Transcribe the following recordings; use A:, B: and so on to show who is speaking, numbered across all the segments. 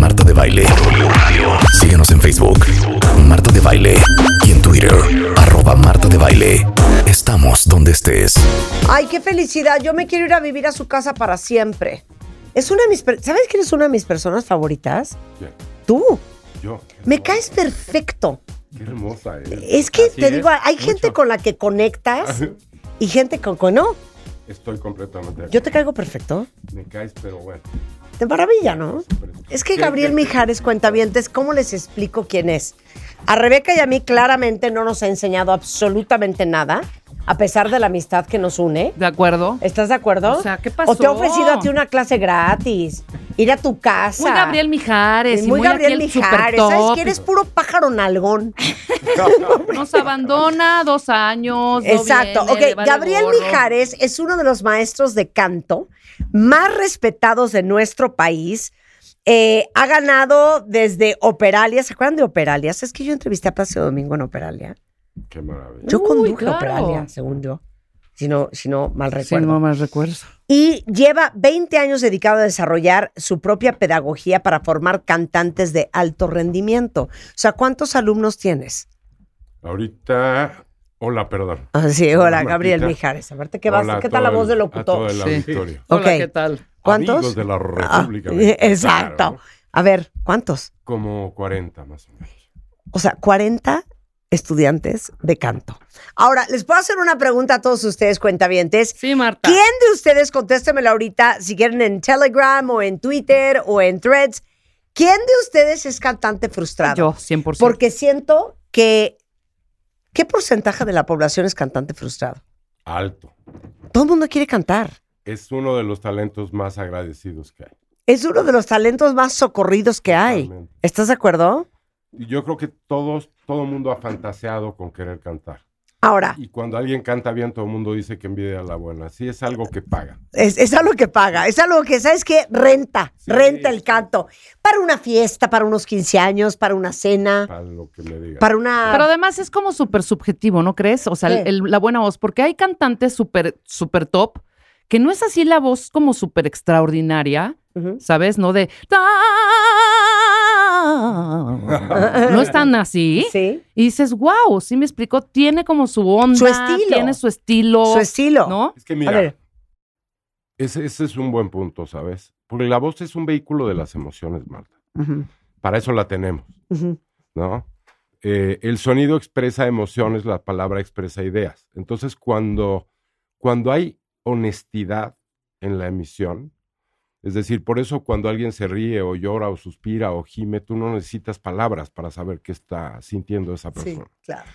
A: Marta de Baile. Síguenos en Facebook, Marta de Baile. Y en Twitter, arroba Marta de Baile. Estamos donde estés.
B: Ay, qué felicidad. Yo me quiero ir a vivir a su casa para siempre. Es una de mis. per- ¿Sabes quién es una de mis personas favoritas?
C: ¿Quién?
B: Tú.
C: Yo.
B: Me caes perfecto.
C: Qué hermosa es.
B: Es que
C: Así
B: te
C: es,
B: digo, hay
C: mucho.
B: gente con la que conectas y gente con que no.
C: Estoy completamente de
B: Yo te caigo perfecto.
C: acuerdo. Me caes, pero bueno.
B: De maravilla, ¿no? Es que
C: Sí,
B: Gabriel
C: sí, sí.
B: Mijares, cuentavientes, ¿cómo les explico quién es? A Rebeca y a mí claramente no nos ha enseñado absolutamente nada, a pesar de la amistad que nos une.
D: ¿De acuerdo?
B: ¿Estás de acuerdo?
D: O sea, ¿qué
B: O te ha
D: pasó?
B: ofrecido a ti una clase gratis, ir a tu casa.
D: Muy Gabriel Mijares.
B: Es
D: y
B: muy Gabriel
D: aquí el
B: Mijares.
D: supertop.
B: ¿Sabes que eres puro pájaro nalgón?
D: Nos abandona dos años. no
B: Exacto.
D: viene, le
B: ok,
D: vale
B: Gabriel
D: gorro.
B: Mijares es uno de los maestros de canto más respetados de nuestro país. Eh, ha ganado desde Operalia. ¿Se acuerdan de Operalias? Es que yo entrevisté a Placio Domingo en Operalia.
C: Qué maravilla.
B: Yo
D: Uy,
B: conduje
D: claro.
B: Operalia, según yo. Si no, si no mal
D: Sí,
B: recuerdo.
D: no más recuerdo.
B: Y lleva 20 años dedicado a desarrollar su propia pedagogía para formar cantantes de alto rendimiento. O sea, ¿cuántos alumnos tienes?
C: Ahorita. Hola, perdón.
B: Ah, sí,
C: Hola,
B: hola, Gabriel
C: Martita.
B: Mijares. Aparte, ¿qué, vas,
C: Hola a
B: ¿qué tal la
C: todo
B: voz
C: el-
B: del
C: A todo
B: locutor?
C: el
D: Sí.
C: auditorio.
D: Hola,
B: Ok.
D: ¿qué tal?
B: ¿Cuántos?
C: Amigos de la
B: Ah,
C: República.
B: eh,
C: Mexicana,
B: exacto.
C: ¿no?
B: A ver, ¿cuántos?
C: Como 40 más o menos.
B: O sea, 40 estudiantes de canto. Ahora, les puedo hacer una pregunta a todos ustedes, cuentavientes.
D: Sí, Marta.
B: ¿Quién de ustedes, contéstemelo ahorita, si quieren en Telegram o en Twitter o en Threads, ¿quién de ustedes es cantante frustrado?
D: Yo, 100%.
B: Porque siento que... ¿Qué porcentaje de la población es cantante frustrado?
C: Alto.
B: Todo el mundo quiere cantar.
C: Es uno de los talentos más agradecidos que hay.
B: Es uno de los talentos más socorridos que hay.
C: Totalmente.
B: ¿Estás de acuerdo?
C: Y Yo creo que todos, todo mundo ha fantaseado con querer cantar.
B: Ahora,
C: Y cuando alguien canta bien, todo el mundo dice que envidia a la buena. Sí, es algo que paga.
B: Es, es algo que paga, es algo que, ¿sabes qué? Renta,
C: Sí.
B: renta el canto. Para una fiesta, para unos 15 años, para una cena,
C: Para lo que me digan.
B: para una...
D: Pero además es como súper subjetivo, ¿no crees? O sea,
B: ¿Qué?
D: el- la buena voz, porque hay cantantes súper, súper top, que no es así la voz como súper extraordinaria,
B: Ujú.
D: ¿sabes? No de... No es tan así.
B: Sí,
D: Y dices, wow, sí me explicó, tiene como su onda.
B: Su estilo.
D: Tiene su estilo.
B: su estilo.
D: ¿No?
C: Es que
B: A ver.
C: mira, ese, ese es un buen punto, ¿sabes? Porque la voz es un vehículo de las emociones, Marta.
B: Ujú,
C: Para eso la tenemos,
B: ujú.
C: ¿no? Eh, el sonido expresa emociones, la palabra expresa ideas. Entonces, cuando, cuando hay honestidad en la emisión, es decir, por eso cuando alguien se ríe o llora o suspira o gime, tú no necesitas palabras para saber qué está sintiendo esa
B: Sí,
C: persona.
B: claro.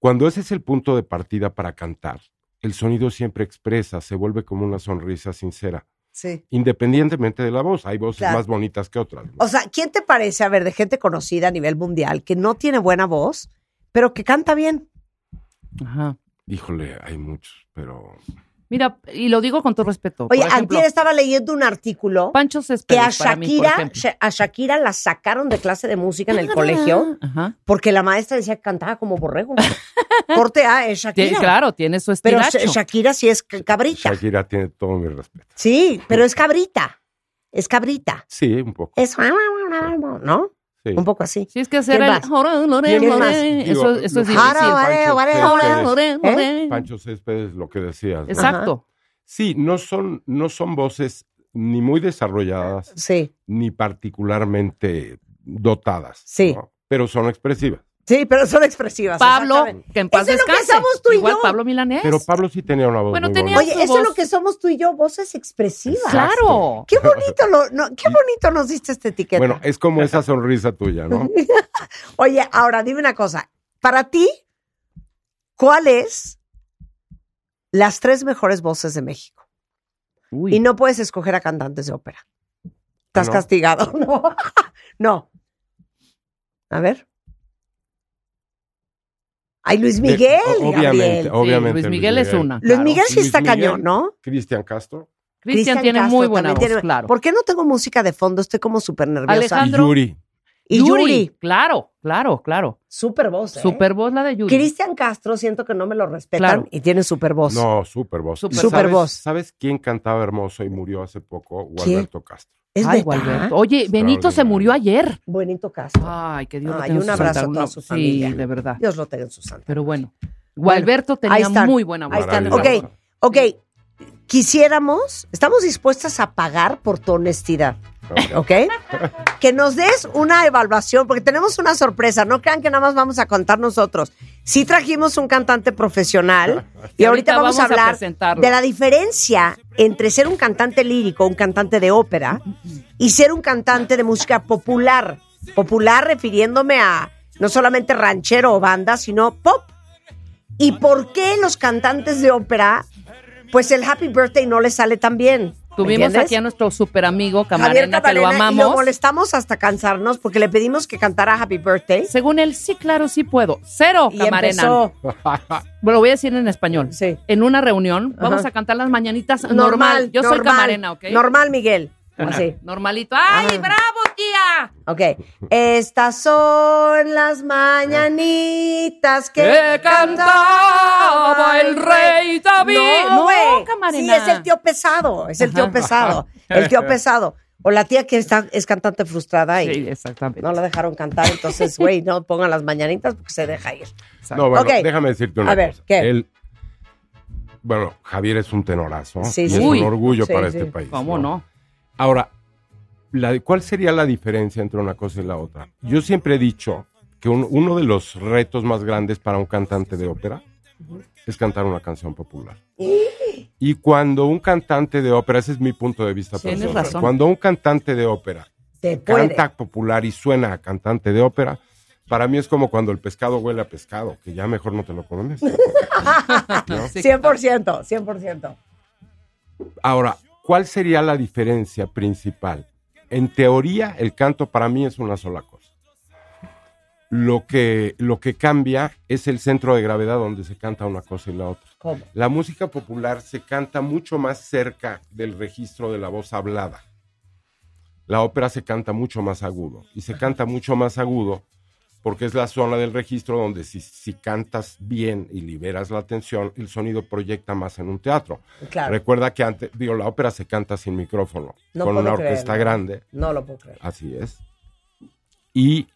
C: Cuando ese es el punto de partida para cantar, el sonido siempre expresa, se vuelve como una sonrisa sincera,
B: Sí.
C: independientemente de la voz. Hay voces
B: Claro.
C: más bonitas que otras. ¿no?
B: O sea, ¿quién te parece, a ver, de gente conocida a nivel mundial que no tiene buena voz, pero que canta bien?
D: Ajá.
C: Híjole, hay muchos, pero
D: Mira, y lo digo con todo respeto.
B: Oye,
D: por ejemplo,
B: antier estaba leyendo un artículo
D: Pancho
B: que
D: Céspedes
B: a
D: para mí, por
B: Shakira,
D: ejemplo. Ah.
B: Sha- a Shakira la sacaron de clase de música en el colegio.
D: Ajá.
B: Porque la maestra decía que cantaba como borrego. Corte A es
D: Tie-
B: Shakira.
D: claro, tiene su
B: Pero
D: estilacho.
B: Sha- Shakira sí es c- cabrita.
C: Shakira tiene todo mi respeto.
B: Sí, pero es cabrita. Es cabrita.
C: Sí, un poco.
B: Es. ¿No?
C: Sí.
B: Un poco así.
D: Sí, es que hacer
B: ¿Quién
D: el...
B: más?
D: Eso,
B: más?
C: Digo,
D: eso es
C: lo-
D: difícil.
B: Jara,
C: Pancho
B: vale,
C: Céspedes,
D: Lore,
B: ¿Eh?
D: lore.
C: Pancho Céspedes, lo que decías. ¿no?
D: Exacto.
C: Sí, no son, no son voces ni muy desarrolladas
B: Sí.
C: ni particularmente dotadas.
B: Sí.
C: ¿no? Pero son expresivas.
B: Sí, pero son expresivas.
D: Pablo,
B: exactamente.
D: que en paz
B: Eso es lo que
D: descanse.
B: somos tú y
D: Igual
B: yo.
D: Pablo Milanés.
C: Pero Pablo sí tenía una voz
D: Bueno,
C: muy
D: tenía-
C: bonita.
B: Oye, eso es lo
D: voz.
B: que somos tú y yo, voces expresivas.
C: Exacto.
D: Claro.
B: Qué bonito, lo- no, qué bonito nos diste esta etiqueta.
C: Bueno, es como esa sonrisa tuya, ¿no?
B: Oye, ahora dime una cosa. Para ti, ¿cuáles las tres mejores voces de México?
D: Uy.
B: Y no puedes escoger a cantantes de ópera. Estás
C: Ah, ¿no?
B: castigado. No. no. A ver. Ay, Luis
C: De-
B: Miguel.
C: o-
B: Gabriel.
C: obviamente,
D: Sí,
C: obviamente.
D: Luis Miguel es una.
B: Luis
D: claro.
B: Miguel sí
C: Luis
B: está
C: Miguel.
B: cañón, ¿no?
C: Cristian Castro.
D: Cristian tiene
B: Castro
D: muy buena
B: también
D: voz,
B: tiene-
D: claro.
B: ¿Por qué no tengo música de fondo? Estoy como súper nerviosa.
D: Alejandro-
C: y Yuri.
B: Y Yuri.
D: Claro, claro, claro.
B: Super voz. ¿eh?
D: Super voz la de Yuri.
B: Cristian Castro, siento que no me lo respetan
D: Claro.
B: y tiene super voz.
C: No, super voz.
D: Super
C: ¿Y
B: Super
C: sabes-
B: voz.
C: ¿Sabes quién cantaba hermoso y murió hace poco?
B: ¿Quién?
C: Gualberto Castro.
B: Es
D: Ay,
B: neta?
D: Gualberto. Ah. Oye, Benito se murió ayer.
B: Benito Castro.
D: Ay, que Dios lo
B: Ay,
D: tenga en
B: un
D: su
B: abrazo
D: santa-
B: a toda
D: no,
B: su
D: Sí,
B: familia.
D: de verdad.
B: Dios lo tenga en su santa.
D: Pero bueno, Gualberto
B: ahí
D: tenía
B: están.
D: muy buena voz.
B: Ahí están.
C: Maravillosa.
B: Ok. Ok, quisiéramos, estamos dispuestas a pagar por tu honestidad, ¿ok? que nos des una evaluación, porque tenemos una sorpresa, no crean que nada más vamos a contar nosotros. Sí trajimos un cantante profesional y ahorita, vamos, a hablar
D: presentarlo.
B: de la diferencia entre ser un cantante lírico, un cantante de ópera, y ser un cantante de música popular. Popular refiriéndome a no solamente ranchero o banda, sino pop. ¿Y por qué los cantantes de ópera, pues el Happy Birthday no les sale tan bien? ¿me
D: Tuvimos
B: entiendes?
D: aquí a nuestro super amigo
B: Javier
D: Camarena, que lo
B: Camarena, y lo
D: amamos.
B: molestamos hasta cansarnos porque le pedimos que cantara Happy Birthday.
D: Según él, sí, claro, sí puedo. Cero,
B: Y
D: Camarena.
B: empezó,
D: Bueno, lo voy a decir en español.
B: Sí.
D: En una reunión,
B: Ajá.
D: vamos a cantar las mañanitas normal.
B: normal.
D: Yo soy
B: normal,
D: Camarena, ¿ok?
B: Normal, Miguel.
D: Ajá.
B: Así.
D: Normalito. ¡Ay,
B: Ajá.
D: bravo, tía!
B: Ok. Estas son las mañanitas que,
D: Que cantaba el rey David.
B: No,
D: No,
B: güey. Sí,
D: Camarena.
B: es el tío pesado. Es el tío
D: Ajá.
B: pesado. El tío pesado. O la tía que está, es cantante frustrada y
D: Sí, exactamente.
B: no la dejaron cantar. Entonces, güey, no pongan las mañanitas porque se deja ir.
D: Exacto.
C: No, bueno,
B: Ok.
C: déjame decirte una
B: A ver,
C: cosa.
B: ¿qué?
C: Él- bueno, Javier es un tenorazo
B: Sí,
C: y
B: sí.
C: es
D: Uy.
C: un orgullo
B: Sí,
C: para
B: sí.
C: este país.
D: ¿Cómo no?
C: Ahora, la- ¿cuál sería la diferencia entre una cosa y la otra? Yo siempre he dicho que un- uno de los retos más grandes para un cantante de ópera es cantar una canción popular. Y cuando un cantante de ópera, ese es mi punto de vista
B: Tienes
C: personal,
D: razón.
C: cuando un cantante de ópera
B: Te puede.
C: canta popular y suena a cantante de ópera, para mí es como cuando el pescado huele a pescado, que ya mejor no te lo comes.
B: 100%, 100%.
C: Ahora, ¿cuál sería la diferencia principal? En teoría, el canto para mí es una sola cosa. Lo que, lo que cambia es el centro de gravedad donde se canta una cosa y la otra.
B: ¿Cómo?
C: La música popular se canta mucho más cerca del registro de la voz hablada. La ópera se canta mucho más agudo. Y se canta mucho más agudo porque es la zona del registro donde si, si cantas bien y liberas la tensión, el sonido proyecta más en un teatro.
B: Claro.
C: Recuerda que antes, digo, la ópera se canta sin micrófono,
B: No
C: con
B: puedo
C: una orquesta
B: creerlo.
C: grande,
B: No lo puedo creer.
C: así es. Y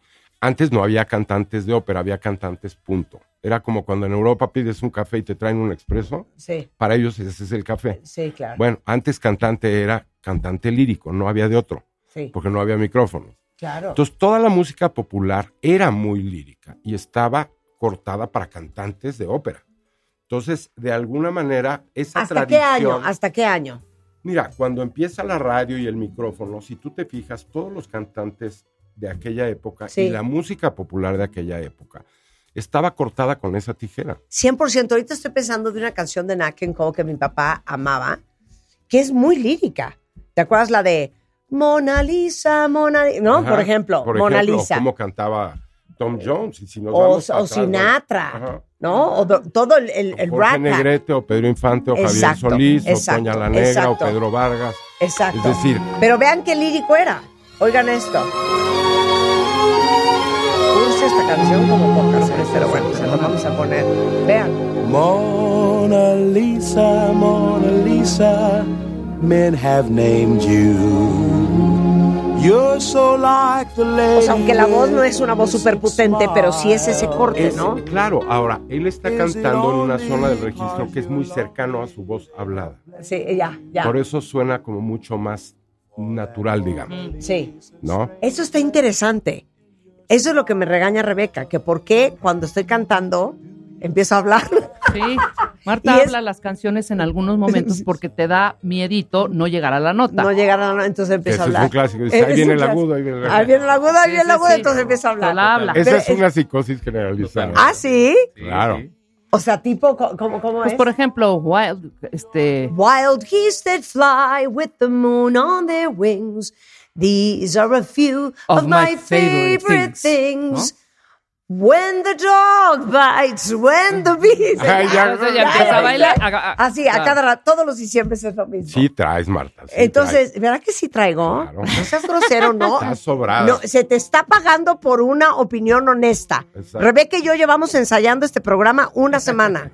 C: antes no había cantantes de ópera, había cantantes punto. Era como cuando en Europa pides un café y te traen un expreso,
B: Sí,
C: para ellos ese es el café.
B: sí, claro.
C: Bueno, antes cantante era cantante lírico, no había de otro,
B: sí,
C: porque no había micrófono.
B: claro.
C: Entonces toda la música popular era muy lírica y estaba cortada para cantantes de ópera. Entonces, de alguna manera, esa
B: ¿Hasta qué
C: tradición...
B: año? ¿Hasta qué año?
C: Mira, cuando empieza la radio y el micrófono, si tú te fijas, todos los cantantes de aquella época
B: Sí.
C: y la música popular de aquella época estaba cortada con esa tijera.
B: 100%. Ahorita estoy pensando de una canción de Nat King Cole que mi papá amaba, que es muy lírica. ¿Te acuerdas la de Mona Lisa, Mona Li- ¿No?
C: Ajá.
B: por ejemplo,
C: Por
B: Mona
C: ejemplo,
B: Lisa. Eh,
C: Como cantaba Tom Jones. Y si nos
B: O,
C: vamos
B: o
C: atrás,
B: Sinatra,
C: Ajá.
B: ¿no? O do- todo el, el, el
C: Jorge
B: Rat Pack.
C: Negrete, o Pedro Infante, o Javier
B: Exacto,
C: Solís,
B: exacto,
C: o Toña la Negra,
B: exacto.
C: o Pedro Vargas.
B: Exacto.
C: Es decir,
B: Pero vean qué lírico era. Oigan esto. Usa esta canción como pocas, ¿eh? pero bueno, se la vamos a poner. Vean.
E: Mona Lisa, Mona Lisa, men have named you. You're so like the lady.
B: O sea, Pues, aunque la voz no es una voz
E: with
B: súper potente,
E: six
B: pero sí es ese corte,
C: es-
B: ¿no?
C: claro, ahora, él está
E: Is it
C: cantando en una
E: only
C: zona del registro
E: because
C: que es
E: you
C: muy
E: love
C: cercano a su voz hablada.
B: Sí, ya, ya.
C: Por eso suena como mucho más natural, digamos,
B: Sí.
C: ¿no?
B: Eso está interesante. Eso es lo que me regaña Rebeca, que por qué cuando estoy cantando empiezo a hablar.
D: Sí.
B: Y
D: Marta
B: es-
D: habla las canciones en algunos momentos porque te da miedito no llegar a la nota.
B: No llegar a la entonces empiezo
C: Ese
B: a
C: es
B: hablar.
C: un clásico. dice,
B: Eh,
C: ahí
B: es un
C: viene el
B: clásico.
C: agudo, ahí viene el
B: Ahí
C: agudo.
B: viene el agudo, ahí
D: Sí,
B: viene el
D: sí,
B: agudo,
D: sí.
B: entonces empiezo a hablar.
D: Te la habla.
B: Pero
C: Esa es
B: es-
C: una psicosis generalizada.
B: Ah, sí.
C: Claro.
B: O sea, tipo, co- ¿cómo, cómo
D: Pues,
B: es?
D: por ejemplo, Wild, este...
B: Wild geese that fly with the moon on their wings. These are a few of, my, favorite, things.
D: things.
B: When the dog bites, when the bees.
C: Ay, ya.
D: Entonces ya empieza a bailar. Haga- haga-
B: Así, Ah, a cada rato, todos los diciembres es lo mismo.
C: Sí traes, Marta. sí
B: Entonces, ¿verdad que sí traigo?
C: Claro.
B: No seas grosero, ¿no?
C: traes. Estás sobrada.
B: No, se te está pagando por una opinión honesta.
C: Exacto.
B: Rebeca y yo llevamos ensayando este programa una semana.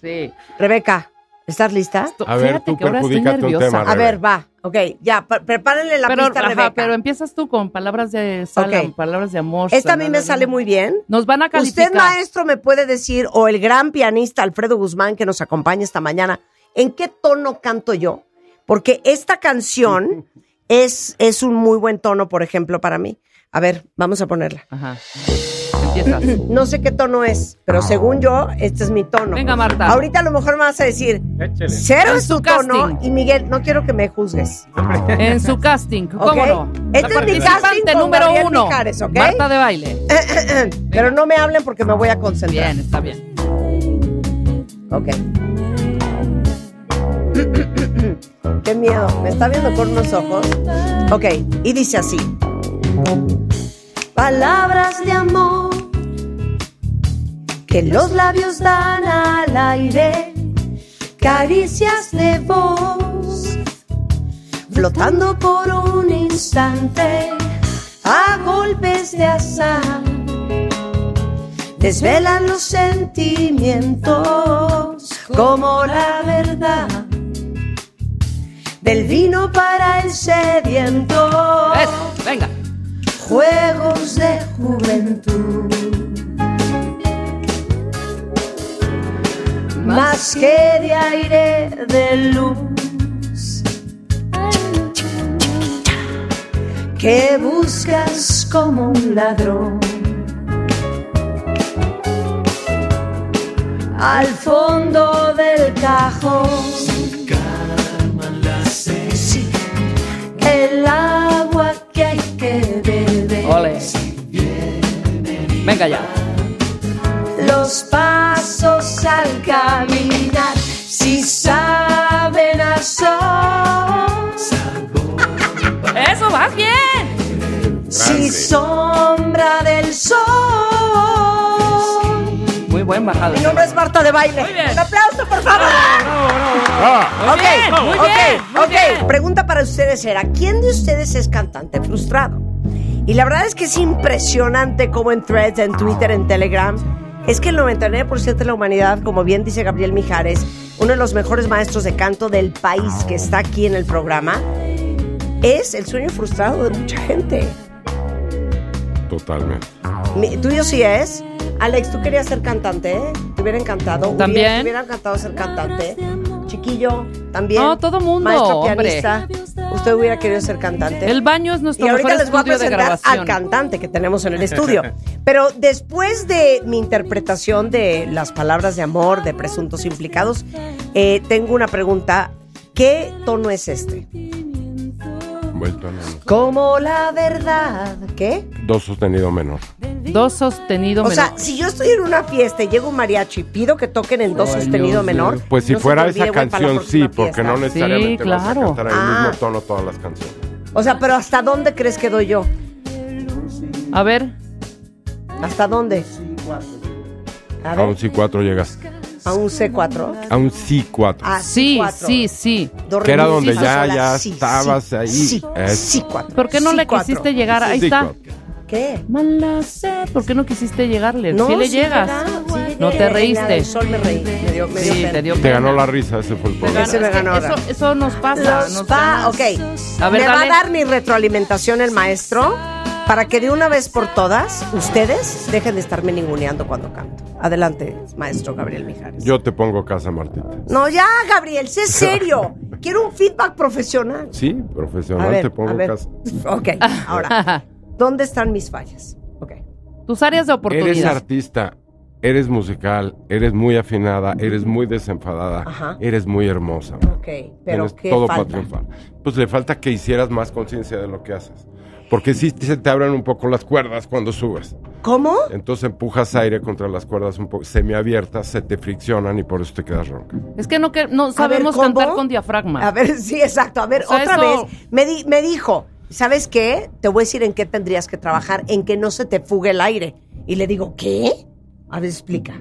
D: Sí.
B: Rebeca, ¿Estás lista?
D: Esto-
C: A ver,
D: fíjate
C: tú
D: que ahora estoy
C: perjudícate un
D: nerviosa.
C: tema,
B: A ver, va. Ok, ya, pre- prepárenle la
D: pero,
B: pista a
D: ajá,
B: Rebeca.
D: pero empiezas tú con palabras de sal,
B: Ok.
D: palabras de amor.
B: Esta a
D: sal-
B: mí me sale muy bien.
D: Nos van a calificar.
B: Usted, maestro, me puede decir, o el gran pianista Alfredo Guzmán que nos acompaña esta mañana, ¿en qué tono canto yo? Porque esta canción es, es un muy buen tono, por ejemplo, para mí. A ver, vamos a ponerla.
D: Ajá. Empiezas.
B: No sé qué tono es, pero según yo, este es mi tono.
D: Ah. Venga, Marta.
B: Ahorita a lo mejor me vas a decir, cero
D: En
B: es tu
D: su
B: tono.
D: casting.
B: Y Miguel, no quiero que me juzgues.
D: En su casting, ¿cómo
B: Ok.
D: no?
B: Este es mi casting con
D: número
B: Gabriel
D: uno.
B: Mijares, ¿ok?
D: Marta de baile.
B: Pero no me hablen porque me voy a concentrar.
D: Bien, está bien.
B: Ok. Qué miedo. Me está viendo con unos ojos. Ok. Y dice así. Palabras de amor que los labios dan al aire. Caricias de voz flotando por un instante a golpes de azar desvelan los sentimientos como la verdad del vino para el sediento.
D: Eso, venga.
B: Juegos de juventud. Más que de aire de luz. Que buscas como un ladrón. Al fondo del cajón. Sí, El agua que hay que beber.
D: Ole. Venga ya.
B: los pasos al caminar si saben a sol,
D: Eso, vas bien.
B: si sombra del sol.
D: Muy buen bajado.
B: Mi nombre es Marta de Baile.
D: Muy bien.
B: Un aplauso, por favor.
C: Ah,
D: Muy bien, muy
B: ok,
D: bien, muy
B: ok.
D: bien.
B: Pregunta para ustedes era, ¿quién de ustedes es cantante frustrado? Y la verdad es que es impresionante cómo en Threads, en Twitter, en Telegram, es que el 99% de la humanidad, como bien dice Gabriel Mijares, uno de los mejores maestros de canto del país que está aquí en el programa, es el sueño frustrado de mucha gente.
C: totalmente.
B: Mi- Tuyo sí es. Alex, tú querías ser cantante, ¿eh? Te hubiera encantado. Hubiera-
D: También.
B: Te hubiera encantado ser cantante. Chiquillo, también.
D: No, todo mundo,
B: Maestro
D: hombre.
B: pianista. Usted hubiera querido ser cantante.
D: El baño es nuestro
B: y ahorita
D: mejor
B: les voy a
D: estudio de
B: presentar al
D: grabación.
B: cantante que tenemos en el estudio. Pero después de mi interpretación de las palabras de amor, de presuntos implicados, eh, tengo una pregunta. ¿Qué tono es este?
C: Vuelto a menos.
B: Como la verdad. ¿Qué?
C: Do sostenido menor.
D: Dos sostenido
B: O
D: menor.
B: sea, si yo estoy en una fiesta y llega un mariachi y pido que toquen en do
D: Ay,
B: sostenido
D: Dios
B: menor.
C: Pues si
B: no se
C: fuera
B: te
C: esa
B: olvide, güey, para la
C: canción, sí,
B: próxima
C: porque no
B: fiesta.
C: necesariamente
D: Sí,
C: vas a
D: claro.
C: cantar en
B: Ah.
C: el mismo tono todas las canciones.
B: O sea, pero ¿hasta dónde crees que doy yo?
D: a ver,
B: ¿Hasta dónde? A
C: A un
B: ver,
C: sí 4 llegas.
B: a un C4.
C: A un sí 4.
B: A
D: sí,
B: C4.
D: sí, sí.
B: Do, re,
C: Que era
B: mi,
C: donde
B: si, fa,
C: ya-
B: sol,
C: ya
B: la, si,
C: estabas
B: si,
C: ahí.
B: si,
C: Es-
B: si, cuatro.
D: ¿Por qué no
B: Si,
D: le
B: cuatro.
D: quisiste llegar? Ahí
C: Sí,
D: está.
C: cuatro.
B: ¿Qué?
D: Mala sed. ¿Por qué no quisiste llegarle?
B: No,
D: sí le
B: sí
D: llegas.
B: llegaba, sí llegué.
D: no te
B: En la
D: reíste.
B: del eh, sol me reí. Me dio, me dio
D: Sí,
B: pena.
D: te dio
C: Te
D: pena.
C: ganó la risa, ese fue el
D: Te
C: problema.
B: Ese me
D: es que
B: ganó ahora.
D: eso, eso nos pasa.
B: Los
D: nos
B: pa-
D: gana.
B: ok.
D: A ver,
B: me
D: dale.
B: va a dar mi retroalimentación el maestro para que de una vez por todas ustedes dejen de estarme ninguneando cuando canto. Adelante, maestro Gabriel Mijares.
C: Yo te pongo casa, Martita.
B: No, ya, Gabriel, sé serio. Quiero un feedback profesional.
C: Sí, profesional, te pongo casa.
B: Ok, ahora, ¿dónde están mis fallas? Ok.
D: Tus áreas de
C: Eres
D: oportunidad.
C: artista, eres musical, eres muy afinada, eres muy desenfadada,
B: Ajá.
C: eres muy hermosa. man.
B: Ok, pero
C: Tienes
B: ¿qué
C: todo para
B: falta?
C: triunfar. Pues le falta que hicieras más conciencia de lo que haces. Porque sí se te abren un poco las cuerdas cuando subes.
B: ¿Cómo?
C: Entonces empujas aire contra las cuerdas un poco semiabiertas, se te friccionan y por eso te quedas ronca.
D: Es que no, que, no sabemos
B: ¿cómo?
D: cantar con diafragma.
B: A ver, sí, exacto. A ver,
D: O sea,
B: otra
D: eso-
B: vez. Me, di- me dijo, ¿sabes qué? Te voy a decir en qué tendrías que trabajar, en que no se te fugue el aire. Y le digo, ¿qué? A ver, explica.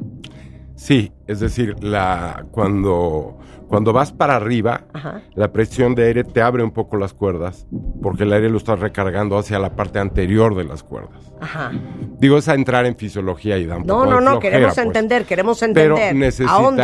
C: Sí, es decir, la, cuando, cuando vas para arriba,
B: Ajá.
C: la presión de aire te abre un poco las cuerdas, porque el aire lo estás recargando hacia la parte anterior de las cuerdas.
B: Ajá.
C: Digo, es a entrar en fisiología y da un
B: No,
C: poco
B: no,
C: de
B: no,
C: flojera,
B: queremos
C: pues.
B: entender, queremos entender.
C: Pero
B: Ahonda.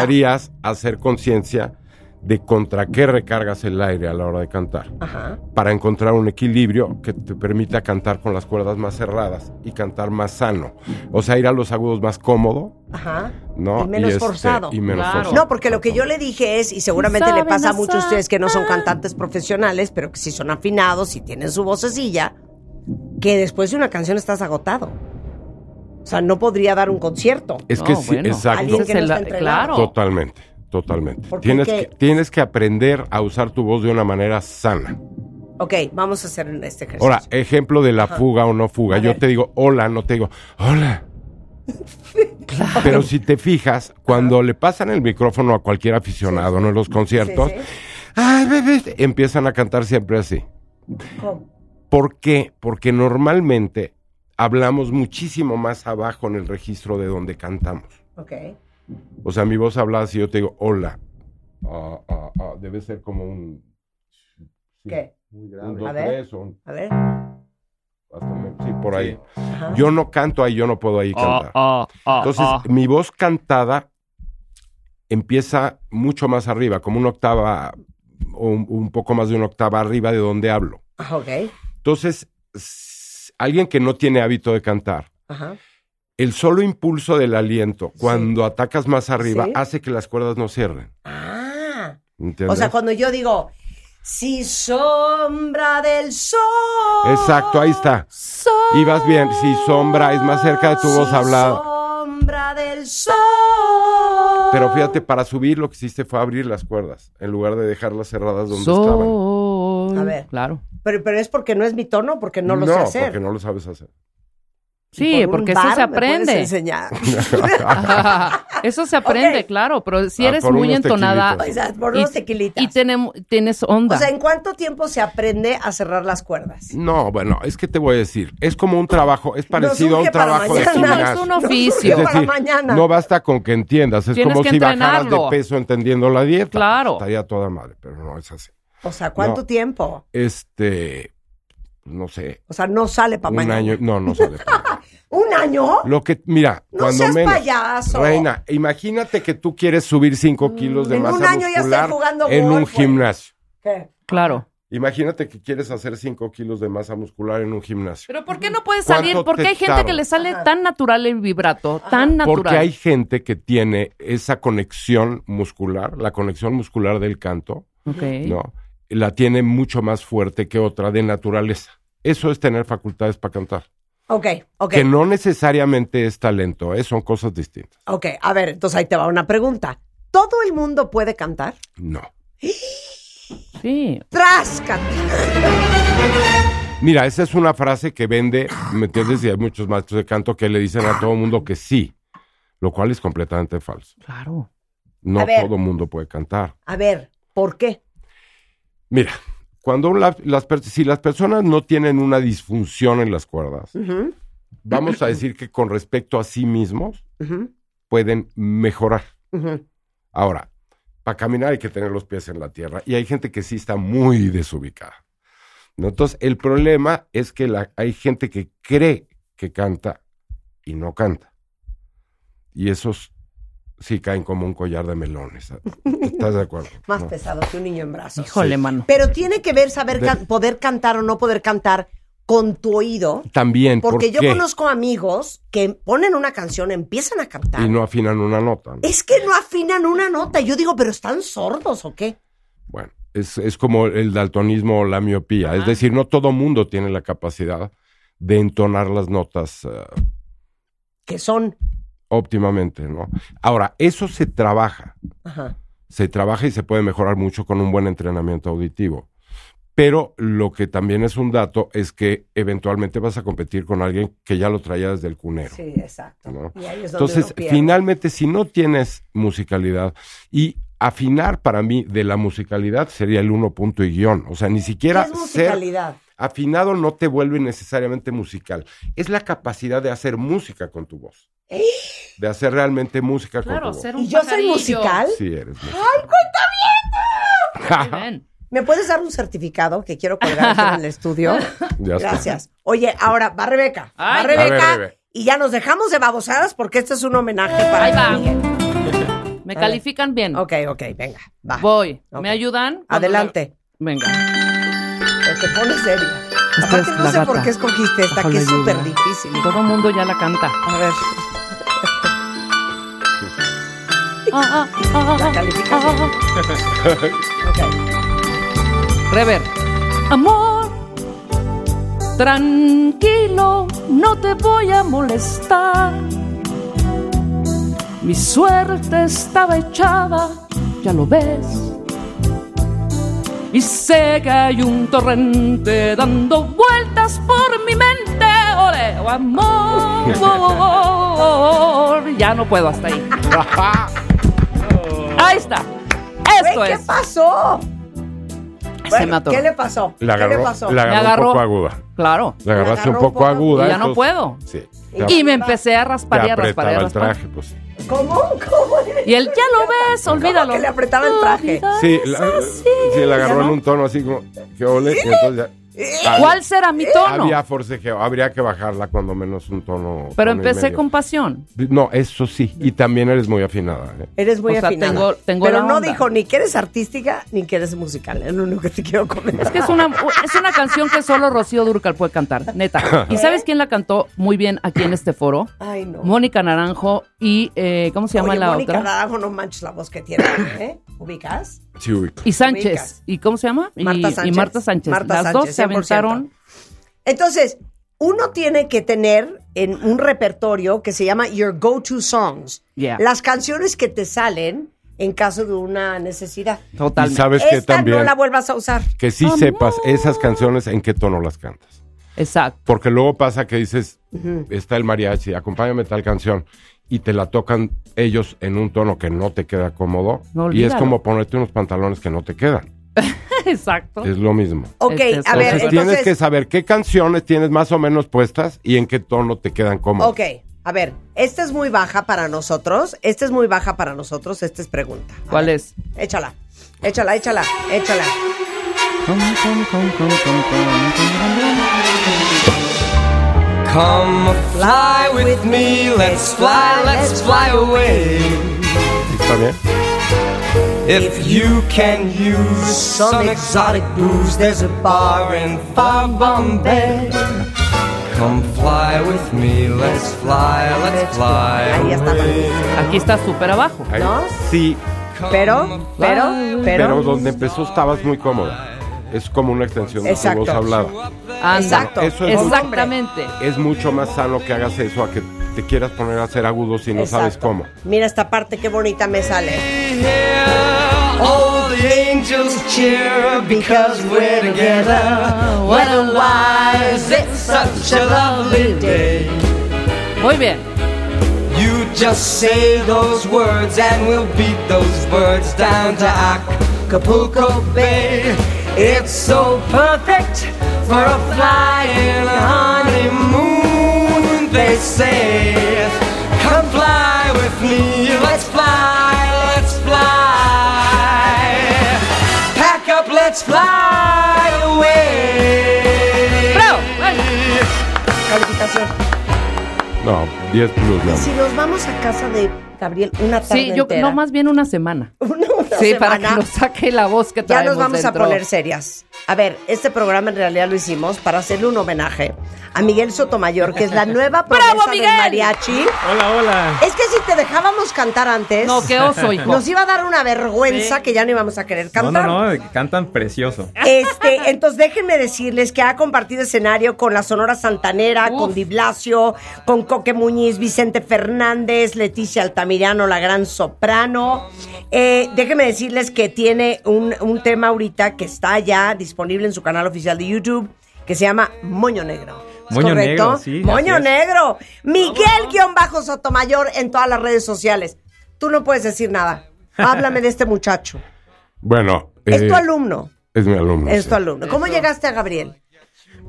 C: necesitarías hacer conciencia de contra qué recargas el aire a la hora de cantar,
B: Ajá.
C: para encontrar un equilibrio que te permita cantar con las cuerdas más cerradas y cantar más sano. O sea, ir a los agudos más cómodo,
B: Ajá.
C: ¿no?
B: Y menos
C: este,
B: forzado.
C: y menos
D: Claro.
C: forzado.
B: No, porque lo que yo le dije es, y seguramente le
D: Saben
B: pasa a muchos de
D: hacer.
B: ustedes que no son cantantes profesionales, pero que sí son afinados y tienen su vocecilla, que después de una canción estás agotado. O sea, no podría dar un concierto.
C: Es que
D: No,
C: sí,
D: bueno.
C: exacto.
B: Alguien que no
D: Se la-
B: está entrenado.
D: claro.
C: Totalmente, totalmente.
B: Porque
C: Tienes
B: que-
C: que, tienes que aprender a usar tu voz de una manera sana.
B: Ok, vamos a hacer este ejercicio.
C: Ahora, ejemplo de la fuga o no fuga.
B: A
C: Yo
B: ver.
C: te digo hola, no te digo hola. Pero si te fijas, cuando le pasan el micrófono a cualquier aficionado ¿no? en los conciertos,
B: Sí,
C: "Ay, bebé", empiezan a cantar siempre así.
B: ¿Cómo?
C: ¿Por qué? Porque normalmente hablamos muchísimo más abajo en el registro de donde cantamos.
B: Ok.
C: O sea, mi voz habla así, yo te digo, hola. Ah, ah, ah, debe ser como un... sí,
B: ¿Qué?
C: Un,
B: A
C: dos,
B: ver.
C: tres, o un-
B: A ver.
C: hasta me- sí, por ahí.
B: Ajá.
C: Yo no canto ahí, yo no puedo ahí cantar.
D: Ah, ah,
C: Entonces,
D: ah.
C: mi voz cantada empieza mucho más arriba, como una octava o un, un poco más de una octava arriba de donde hablo.
B: Ah, ok.
C: Entonces, s- alguien que no tiene hábito de cantar,
B: Ajá.
C: el solo impulso del aliento, cuando atacas más arriba,
B: Sí.
C: hace que las cuerdas no cierren.
B: Ah. O
C: ¿entiendes?
B: sea, cuando yo digo, si sombra del sol.
C: Exacto, ahí está. Y vas bien, si sombra es más cerca de tu voz
B: Si
C: hablada.
B: Sombra del sol.
C: Pero fíjate, para subir lo que hiciste fue abrir las cuerdas, en lugar de dejarlas cerradas donde estaban.
D: Sol.
B: A ver.
D: Claro.
B: Pero, pero es porque no es mi tono, porque no lo sé hacer.
C: porque no lo sabes hacer.
D: Sí,
B: Por un
D: porque
B: bar
D: eso se
B: me puedes
D: aprende.
B: enseñar.
D: eso se aprende,
B: Ok.
D: claro, pero si
C: Ah,
D: eres
C: por
D: muy
C: unos
D: entonada
B: o sea, por
D: y,
B: unos tequilitas.
D: y tenemos- tienes
B: o
D: onda.
B: sea, ¿en cuánto tiempo se aprende a cerrar las cuerdas?
C: No, bueno, es que te voy a decir, es como un trabajo, es parecido a
B: surge
C: un
B: para
C: trabajo de
B: mañana.
D: no, es
C: gimnasio.
D: un
B: surge
C: Es
D: oficio.
B: para
C: decir,
B: mañana.
C: no basta con que entiendas, es
D: Tienes
C: como
D: que
C: si bajaras de
D: entrenarlo.
C: peso entendiendo la dieta.
D: Claro.
C: Estaría toda madre, pero no es así.
B: O sea, ¿cuánto
C: No.
B: tiempo?
C: Este, no sé,
B: O sea, no sale para
C: un
B: mañana.
C: año, no, no sale.
B: ¿Un año?
C: Lo que, mira,
B: No
C: cuando
B: seas
C: menos.
B: payaso.
C: Reina, imagínate que tú quieres subir 5 kilos de
B: Mm, En un
C: masa
B: año ya estoy
C: muscular
B: jugando
C: en un
B: golf, güey.
C: gimnasio.
B: ¿Qué?
D: Claro.
C: Imagínate que quieres hacer 5 kilos de masa muscular en un gimnasio.
D: Pero ¿por qué no puede
C: ¿Cuánto
D: salir? Porque
C: te
D: hay gente que
C: tardas?
D: le sale tan natural el vibrato, tan natural.
C: Porque hay gente que tiene esa conexión muscular, la conexión muscular del canto,
D: Ok.
C: ¿no? La tiene mucho más fuerte que otra de naturaleza. Eso es tener facultades para cantar.
B: Ok, ok.
C: Que no necesariamente es talento, ¿eh? son cosas distintas.
B: Ok, a ver, entonces ahí te va una pregunta. ¿Todo el mundo puede cantar?
C: No.
D: Sí.
B: ¡Tráscate!
C: Mira, esa es una frase que vende, ¿me entiendes? Y hay muchos maestros de canto que le dicen a todo mundo que sí, lo cual es completamente falso.
D: Claro.
C: No
B: A ver.
C: todo mundo puede cantar.
B: A ver, ¿por qué?
C: Mira, cuando la- las, per- si las personas no tienen una disfunción en las cuerdas,
B: Ujú,
C: vamos a decir que con respecto a sí mismos
B: ujú,
C: pueden mejorar.
B: ujú.
C: Ahora, para caminar hay que tener los pies en la tierra y hay gente que sí está muy desubicada. ¿no? Entonces, el problema es que la- hay gente que cree que canta y no canta. Y esos sí caen como un collar de melones. ¿eh? ¿Estás de acuerdo?
B: Más
C: No.
B: pesado que un niño en brazos.
D: Híjole, mano.
B: Pero tiene que ver saber
C: De-
B: can- poder cantar o no poder cantar con tu oído.
C: También, ¿por
B: Porque yo
C: qué?
B: conozco amigos que ponen una canción, empiezan a cantar.
C: Y no afinan una nota. ¿no?
B: Es que no afinan una nota. Yo digo, ¿pero están sordos o qué?
C: Bueno, es, es como el daltonismo o la miopía. Es decir, no todo mundo tiene la capacidad de entonar las notas eh,
B: Que son.
C: óptimamente, ¿no? Ahora, eso se trabaja.
B: Ajá.
C: Se trabaja y se puede mejorar mucho con un buen entrenamiento auditivo. Pero lo que también es un dato es que eventualmente vas a competir con alguien que ya lo traía desde el cunero.
B: Sí, exacto.
C: ¿no?
B: Y ahí es donde
C: Entonces,
B: uno pierde.
C: finalmente, si no tienes musicalidad, y afinar para mí de la musicalidad sería el uno punto y guión. O sea, ni
B: ¿Qué
C: siquiera
B: es
C: ser
B: musicalidad?
C: afinado no te vuelve necesariamente musical. Es la capacidad de hacer música con tu voz. De hacer realmente música con
D: Claro,
C: tu
D: ser un
B: ¿Y yo soy
D: pajarillo.
B: musical?
C: voz. Sí, eres música.
D: Muy bien.
B: ¿Me puedes dar un certificado que quiero colgar aquí en el estudio?
C: Ya está.
B: Gracias. Oye, ahora va Rebeca. Va
D: Ay.
B: Rebeca.
C: A ver, Rebe.
B: Y ya nos dejamos de babosadas porque este es un homenaje para
D: Ahí va.
B: Miguel.
D: Me
B: A ver.
D: califican bien.
B: Ok, ok, venga, va.
D: Voy.
B: Ok.
D: ¿Me ayudan? Cuando
B: Adelante.
D: la- Venga.
B: Pero Te pones seria.
D: Esta
B: Aparte,
D: es
B: no
D: la
B: sé por
D: gata.
B: qué escogiste esta,
D: Bajo
B: que
D: la
B: es súper
D: lluvia.
B: difícil.
D: Todo el mundo ya la canta.
B: A ver,
D: Ah, ah, ah,
B: la calificación.
D: ah.
B: Ok.
D: Rever. Amor, tranquilo, no te voy a molestar. Mi suerte estaba echada, ya lo ves. Y sé que hay un torrente dando vueltas por mi mente. Ole, oh, amor, ya no puedo hasta ahí. Ahí está. Esto
B: Güey, ¿Qué
D: es.
B: pasó?
D: Se
B: Bueno,
D: me atoró.
B: ¿Qué le pasó?
C: La
B: ¿Qué
C: agarró,
B: le pasó?
C: la agarró
D: agarró.
C: un poco aguda.
D: Claro.
C: La agarraste un
B: agarró un
C: poco
B: poco
C: aguda.
D: Y ya no
C: entonces-
D: puedo.
C: Sí.
D: Y me empecé a raspar y
C: te
D: a raspar y
C: apretaba
D: a
C: el
D: raspar.
C: traje, pues. sí.
B: ¿Cómo? ¿Cómo?
D: Y él, ya lo ves, olvídalo.
B: que le apretaba el traje?
D: Ah,
C: Sí, la, ah, sí, la agarró en un tono así como que ole. y entonces ya- Ah,
D: ¿Cuál será mi tono?
C: Había forcejeo, habría que bajarla cuando menos un tono. tono
D: Pero
C: y
D: empecé
C: medio.
D: con pasión.
C: No, eso sí. Y también eres muy afinada. ¿eh?
B: Eres muy
D: O sea,
B: afinada.
D: tengo- tengo
B: Pero
D: la
B: no
D: onda.
B: dijo ni que eres artística ni que eres musical. Es lo único que te quiero comentar.
D: Es que es una, es una canción que solo Rocío Durcal puede cantar, neta. ¿Y sabes quién la cantó muy bien aquí en este foro?
B: Ay, no.
D: Mónica Naranjo y, eh, ¿cómo se llama
B: Oye,
D: la
B: Mónica
D: otra?
B: Naranjo, no manches la voz que tiene, ¿eh? ¿Ubicas?
C: Sí, ubico.
D: Y Sánchez.
B: Ubicas.
D: ¿Y cómo se llama? Y-
B: Marta
D: y,
B: Sánchez.
D: Marta Sánchez.
B: Marta
D: Las
B: Sánchez,
D: dos se aventaron.
B: Entonces, uno tiene que tener en un repertorio que se llama Your Go-To Songs.
D: Yeah.
B: Las canciones que te salen en caso de una necesidad.
C: Y
D: Totalmente.
C: sabes Pues que
B: Esta
C: también.
B: no la vuelvas a usar.
C: Que sí
D: Amor.
C: sepas esas canciones en qué tono las cantas.
D: Exacto.
C: Porque luego pasa que dices, está el mariachi, acompáñame tal canción. Y te la tocan ellos en un tono que no te queda cómodo.
D: No,
C: y es
D: olvídalo.
C: como ponerte unos pantalones que no te quedan.
D: Exacto.
C: Es lo mismo.
B: Ok,
D: Este es
B: a ver,
C: Entonces, tienes
B: entonces...
C: que saber qué canciones tienes más o menos puestas y en qué tono te quedan cómodas.
B: Ok, a ver, esta es muy baja para nosotros. Esta es muy baja para nosotros. Esta es pregunta. A
D: ¿Cuál
B: ver,
D: es?
B: Échala, échala, échala, échala.
F: Come fly with me, let's fly, let's fly away.
C: ¿Está bien?
F: If you can use some exotic booze, there's a bar in far Bombay. Come fly with me, let's fly, let's fly
B: Ahí
F: away.
B: está. Marta.
D: Aquí está súper abajo.
C: Ahí-
B: ¿No?
C: Sí,
B: Pero, pero,
C: pero,
B: pero.
C: donde empezó estabas muy cómoda. Es como una extensión
B: Exacto.
C: de tu voz hablada.
D: Ándale.
B: Exacto.
C: Eso es un-
D: Exactamente.
C: Es mucho más sano que hagas eso a que te quieras poner a hacer agudos si no sabes
B: Exacto.
C: cómo.
B: Mira esta parte, qué bonita me sale.
F: Here, all the angels cheer because we're together. Weather-wise, it's such a lovely day.
D: Muy bien.
F: You just say those words and we'll beat those birds down to Acapulco Bay. It's so perfect for a flying honeymoon, they say. Come fly with me, let's fly, let's fly. Pack up, let's fly away.
D: ¡Bravo! Bueno.
B: Calificación.
C: No, 10 plus,
B: Y
C: no.
B: si nos vamos a casa de Gabriel una tarde
D: Sí, yo
B: entera,
D: no más bien una semana.
B: una- una
D: sí, para
B: semana,
D: que nos saque la voz que
B: ya
D: traemos
B: nos vamos
D: dentro.
B: a poner serias. A ver, este programa en realidad lo hicimos para hacerle un homenaje a Miguel Sotomayor, que es la nueva promesa
D: ¡Bravo,
B: del
D: Miguel!
B: mariachi.
G: Hola, hola.
B: Es que si te dejábamos cantar antes,
D: No, qué oso, hijo.
B: nos iba a dar una vergüenza que ya no íbamos a querer cantar.
G: No, no, no, cantan precioso.
B: Este, entonces déjenme decirles que ha compartido escenario con la Sonora Santanera,
D: Uf.
B: con Di Blasio, con Coque Muñiz, Vicente Fernández, Leticia Altamirano, la gran soprano. Eh, déjenme decirles que tiene un, un tema ahorita que está ya disponible en su canal oficial de YouTube que se llama Moño Negro. ¿Es
G: Moño
B: correcto?
G: Negro, sí,
B: Moño
G: así es.
B: Negro. Miguel-Sotomayor en todas las redes sociales. Tú no puedes decir nada. Háblame de este muchacho.
C: Bueno,
B: Es
C: eh,
B: tu alumno.
C: es mi alumno.
B: Es
C: sí.
B: tu alumno. ¿Cómo llegaste a Gabriel?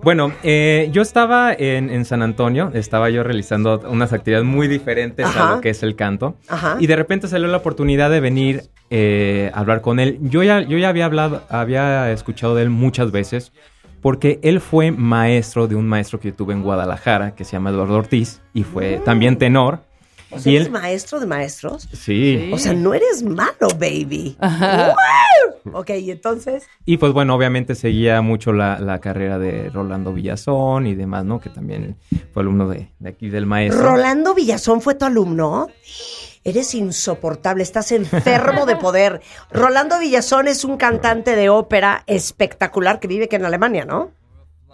G: Bueno, eh, yo estaba en, en San Antonio, estaba yo realizando unas actividades muy diferentes
B: Ajá.
G: a lo que es el canto.
B: Ajá.
G: Y de repente salió la oportunidad de venir eh, a hablar con él. Yo ya, yo ya había hablado, había escuchado de él muchas veces, porque él fue
B: Mm.
G: maestro de un maestro que yo tuve en Guadalajara, que se llama Eduardo Ortiz, y fue también tenor.
B: O sea,
G: Y
B: ¿Eres
G: él,
B: maestro de maestros?
G: sí.
D: Sí.
B: O sea, no eres malo, baby. ¡Wow! ok, y entonces.
G: Y pues bueno, obviamente seguía mucho la, la carrera de Rolando Villazón y demás, ¿no? Que también fue alumno de, de aquí del maestro.
B: Rolando Villazón fue tu alumno. Eres insoportable, estás enfermo de poder. Rolando Villazón es un cantante de ópera espectacular que vive aquí en Alemania, ¿no?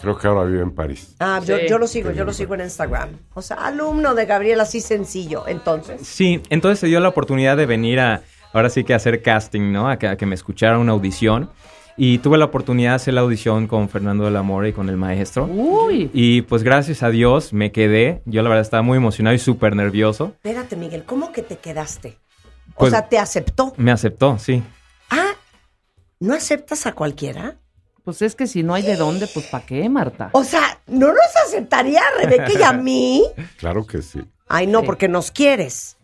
C: Creo que ahora vive en París.
B: Ah, yo,
D: Sí.
B: yo lo sigo, yo lo sigo en Instagram. O sea, alumno de Gabriel así sencillo, entonces.
G: Sí, entonces se dio la oportunidad de venir a, ahora sí que a hacer casting, ¿no? A que, a que me escuchara una audición. Y tuve la oportunidad de hacer la audición con Fernando de la Mora y con el maestro.
D: Uy.
G: Y pues gracias a Dios me quedé. Yo la verdad estaba muy emocionado y súper nervioso.
B: Espérate, Miguel, ¿cómo que te quedaste? O
G: Pues-
B: sea, ¿te aceptó?
G: Me aceptó, sí.
B: Ah, ¿no aceptas a cualquiera?
D: Pues es que si no hay de dónde, pues ¿para qué, Marta?
B: O sea, ¿no nos aceptaría a Rebeca y a mí?
C: Claro que sí.
B: Ay, no, porque nos quieres.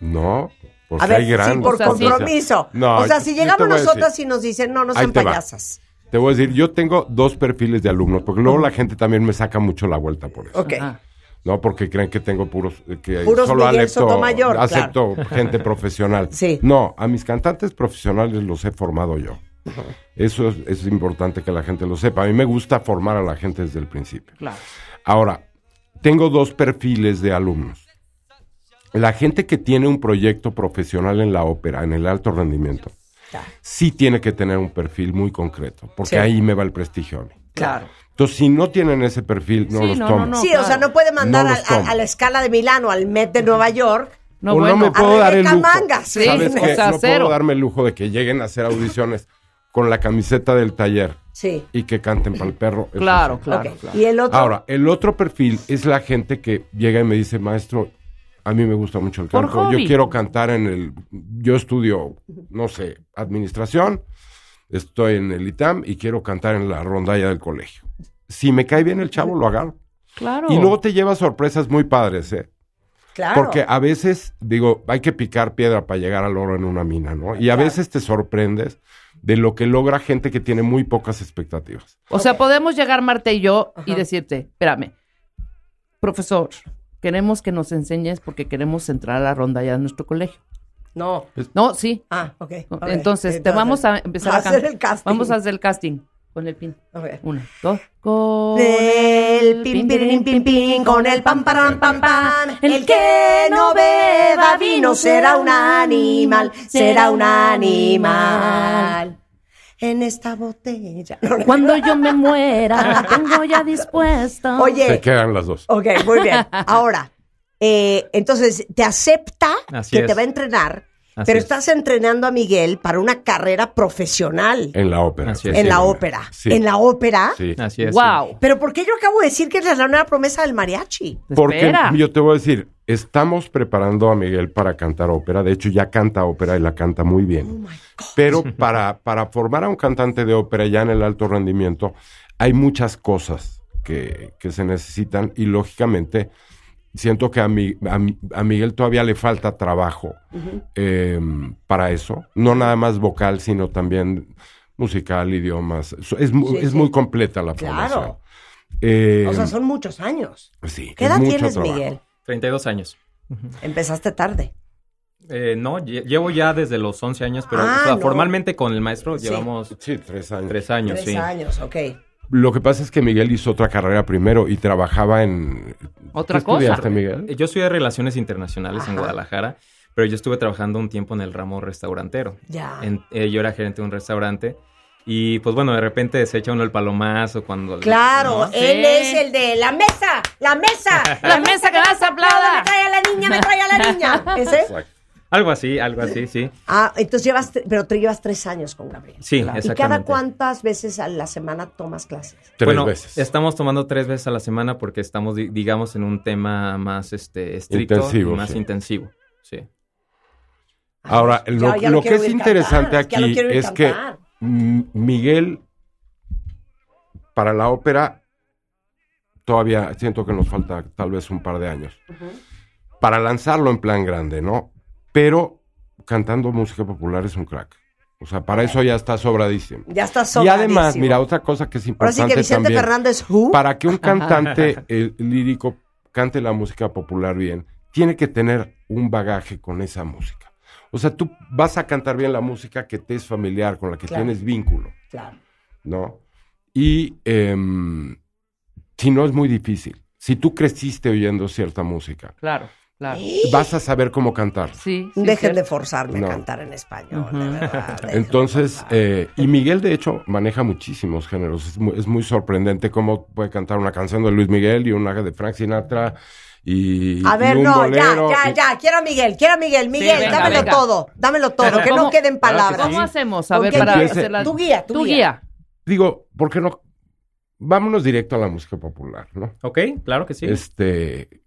C: No, porque
B: a ver,
C: hay grandes.
B: sí, por
D: o sea, sí.
B: compromiso.
C: No,
B: o sea,
C: yo-
B: si
C: yo te
B: llegamos
C: voy a decir.
B: nosotras y nos dicen, no, no
C: Ahí
B: sean
C: te va.
B: payasas.
C: Te voy a decir, yo tengo dos perfiles de alumnos, porque luego la gente también me saca mucho la vuelta por eso.
B: Ok.
D: Ajá.
C: No, porque creen que tengo puros. eh, Que
B: Puros
C: solo
B: Miguel
C: acepto,
B: Sotomayor, claro.
C: acepto gente profesional.
B: Sí.
C: No, a mis cantantes profesionales los he formado yo. Eso es, es importante que la gente lo sepa. A mí me gusta formar a la gente desde el principio.
D: Claro.
C: Ahora, tengo dos perfiles de alumnos. La gente que tiene un proyecto profesional en la ópera, en el alto rendimiento,
B: Ya.
C: sí tiene que tener un perfil muy concreto, porque
B: Sí.
C: ahí me va el prestigio a mí.
B: Claro.
C: Entonces, si no tienen ese perfil, no
D: Sí,
C: los
D: no, no,
C: tomo.
D: no.
B: sí, o sea, no puede mandar
C: No
B: a,
C: los
B: a-
C: tomo.
B: a la escala de Milán o al Met de Nueva York.
D: No,
C: o
D: bueno.
C: no me puedo
B: A
C: dar el
B: Rebeca
C: lujo.
B: Mangas, sí.
C: ¿Sabes
D: Sí,
C: qué?
D: o sea,
C: no
D: cero.
C: puedo darme el lujo de que lleguen a hacer audiciones con la camiseta del taller
B: Sí.
C: y que canten para el perro. Eso
D: Claro,
C: sí.
D: claro,
B: ok.
D: claro.
B: Y el otro.
C: Ahora, el otro perfil es la gente que llega y me dice, maestro, a mí me gusta mucho el
D: Por
C: canto. Yo
D: hobby.
C: quiero cantar en el... Yo estudio, no sé, administración. Estoy en el ITAM y quiero cantar en la rondalla del colegio. Si me cae bien el chavo, lo agarro.
D: Claro.
C: Y luego te lleva sorpresas muy padres, ¿eh?
B: claro.
C: Porque a veces, digo, hay que picar piedra para llegar al oro en una mina, ¿no? Y a veces te sorprendes de lo que logra gente que tiene muy pocas expectativas.
D: O sea, podemos llegar Marta y yo y
B: Ajá.
D: decirte, espérame, profesor, queremos que nos enseñes porque queremos entrar a la ronda ya de nuestro colegio.
B: No.
D: No, sí.
B: Ah, ok. ok.
D: Entonces, te vamos a empezar a
B: hacer
D: cantar.
B: el casting.
D: Vamos a hacer el casting. Con el pin.
B: Ok.
D: Una, dos. Con
B: Del pim, pim, pim, pim, con el pam, pam, pam, pam. El que no beba vino será un animal, será un animal. En esta botella.
D: Cuando yo me muera, tengo ya dispuesta.
C: Se
B: Oye,
C: quedan las dos.
B: ok, muy bien. Ahora, eh, entonces, te acepta
G: Así
B: que
G: es.
B: te va a entrenar,
G: Así
B: pero
G: es.
B: estás entrenando a Miguel para una carrera profesional
C: En la ópera.
G: Así es.
B: en la
C: Sí.
B: ópera.
C: Sí.
B: En la ópera.
C: Sí.
G: Así es. sí.
D: wow.
B: Pero ¿por qué yo acabo de decir que es la nueva promesa del mariachi?
C: Porque
D: Espera.
C: yo te voy a decir, estamos preparando a Miguel para cantar ópera. De hecho, ya canta ópera y la canta muy
B: Oh,
C: bien. Pero para, para formar a un cantante de ópera ya en el alto rendimiento, hay muchas cosas que, que se necesitan y lógicamente siento que a, mi- a mi- a Miguel todavía le falta trabajo eh, para eso. No nada más vocal, sino también musical, idiomas. Es, mu-
B: Sí,
C: es
B: sí.
C: muy completa la
B: Claro.
C: formación. Eh,
B: O sea, son muchos años.
C: sí,
B: ¿Qué
C: es
B: edad
C: mucho
B: tienes,
C: trabajo.
B: Miguel?
G: 32 años.
B: Empezaste tarde.
G: Eh, no, lle- llevo ya desde los 11 años, pero
B: Ah,
G: o sea,
B: no.
G: formalmente con el maestro
B: Sí.
G: llevamos
C: Sí, tres años.
G: 3 años,
B: Tres
G: sí.
B: años, ok.
C: Lo que pasa es que Miguel hizo otra carrera primero y trabajaba en...
D: Otra
C: ¿Qué
D: cosa.
C: estudiaste,
B: Eh,
C: Miguel?
G: Yo estudié Relaciones Internacionales en
B: Ajá.
G: Guadalajara, pero yo estuve trabajando un tiempo en el ramo restaurantero.
B: Ya.
G: En- eh, yo era gerente de un restaurante y pues bueno, de repente se echa uno el palomazo cuando...
B: Claro,
G: ¿no?
B: él es el de la mesa, la mesa,
D: La mesa que más
B: me
D: aplauda.
B: trae a la niña, me trae a la niña. ¿Ese?
G: Algo así, algo así, sí.
B: Ah, entonces llevas, tre- pero tú llevas tres años con Gabriel. Ah,
G: Sí,
B: ¿Y
G: exactamente.
B: cada cuántas veces a la semana tomas clases?
C: Tres
G: bueno,
C: veces.
G: estamos tomando tres veces a la semana porque estamos, di- digamos, en un tema más este, estricto
C: Intensivo,
G: y más
C: sí.
G: intensivo. Sí.
C: Ahora,
B: Ya-
C: lo,
B: ya
C: lo
B: lo
C: que
B: quiero
C: es
B: oír
C: interesante
B: cantar, ya lo
C: aquí
B: quiero oír
C: es que
B: cantar.
C: mm, Miguel, para la ópera, todavía siento que nos falta tal vez un par de años. Para lanzarlo en plan grande, ¿no? Pero cantando música popular es un crack. O sea, para eso ya está sobradísimo.
B: Ya estás
C: Y
B: sobradísimo.
C: además, mira, otra cosa que es
B: Ahora
C: importante
B: sí que Vicente uh,
C: también.
B: Fernández, ¿who?
C: Para que un cantante eh, lírico cante la música popular bien, tiene que tener un bagaje con esa música. O sea, tú vas a cantar bien la música que te es familiar, con la que
B: Claro.
C: tienes vínculo,
B: Claro.
C: ¿no? Y em, si no es muy difícil. Si tú creciste oyendo cierta música,
D: Claro, claro.
C: vas a saber cómo cantar.
D: Sí. sí,
B: Dejen
D: cierto.
B: de forzarme
C: No.
B: a cantar en español,
D: Ujú.
B: de verdad. déjenme
C: Entonces,
B: forzar.
C: eh, y Miguel de hecho maneja muchísimos géneros. Es muy, es muy sorprendente cómo puede cantar una canción de Luis Miguel y una de Frank Sinatra y,
B: a ver,
C: y un
B: no,
C: bolero.
B: ya, ya, ya. Quiero a Miguel, quiero a Miguel. Miguel,
D: venga,
B: dámelo
D: venga.
B: todo, dámelo todo, que no
D: ¿Cómo?
B: queden
H: Claro que
B: palabras.
D: ¿Cómo
H: Sí.
D: hacemos? A
B: ¿Con
D: ver,
B: qué
D: para
C: empiece?
D: hacerla-
B: Tu guía, tu
D: Tu
B: guía.
D: guía.
C: Digo, ¿por qué no? Vámonos directo a la música popular, ¿no?
H: Ok, claro que sí.
C: Este,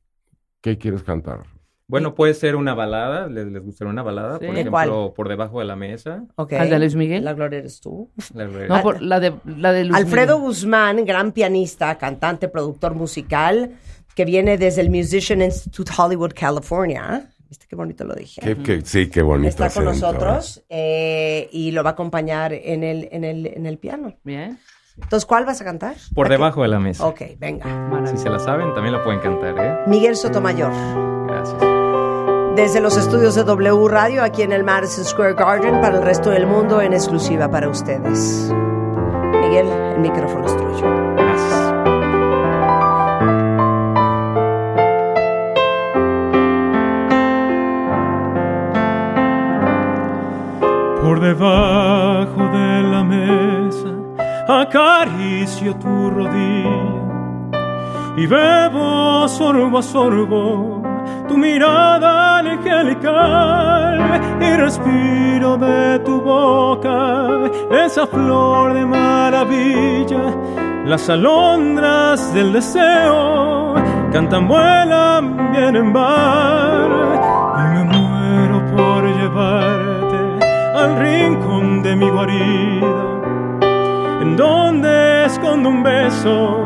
C: ¿qué quieres cantar?
H: Bueno, puede ser una balada. ¿Les, les gustaría una balada?
D: Sí.
H: Por
D: ¿De
H: ejemplo,
B: cuál?
H: Por debajo de la mesa.
B: Ok.
D: ¿Al de Luis Miguel?
B: La gloria eres tú.
H: La-
D: No, por- la de, la de Luis
B: Alfredo
D: Miguel.
B: Guzmán, gran pianista, cantante, productor musical, que viene desde el Musician Institute Hollywood, California. ¿Viste qué bonito lo dije?
C: Qué- qué- sí, qué bonito.
B: Está con
C: acento, ¿eh?
B: nosotros eh, y lo va a acompañar en el, en, el, en el piano.
D: Bien.
B: Entonces, ¿cuál vas a cantar?
H: Por debajo de la mesa.
B: Ok, venga.
H: Si se la saben, también la pueden cantar, ¿eh?
B: Miguel Sotomayor,
H: Gracias.
B: desde los estudios de W Radio, aquí en el Madison Square Garden, para el resto del mundo, en exclusiva para ustedes. Miguel, el micrófono es tuyo.
H: Gracias.
G: Por debajo de la mesa acaricio tu rodilla y bebo sorbo a sorbo tu mirada angelical y respiro de tu boca esa flor de maravilla. Las alondras del deseo cantan, vuelan, vienen, van y me muero por llevarte al rincón de mi guarida en donde escondo un beso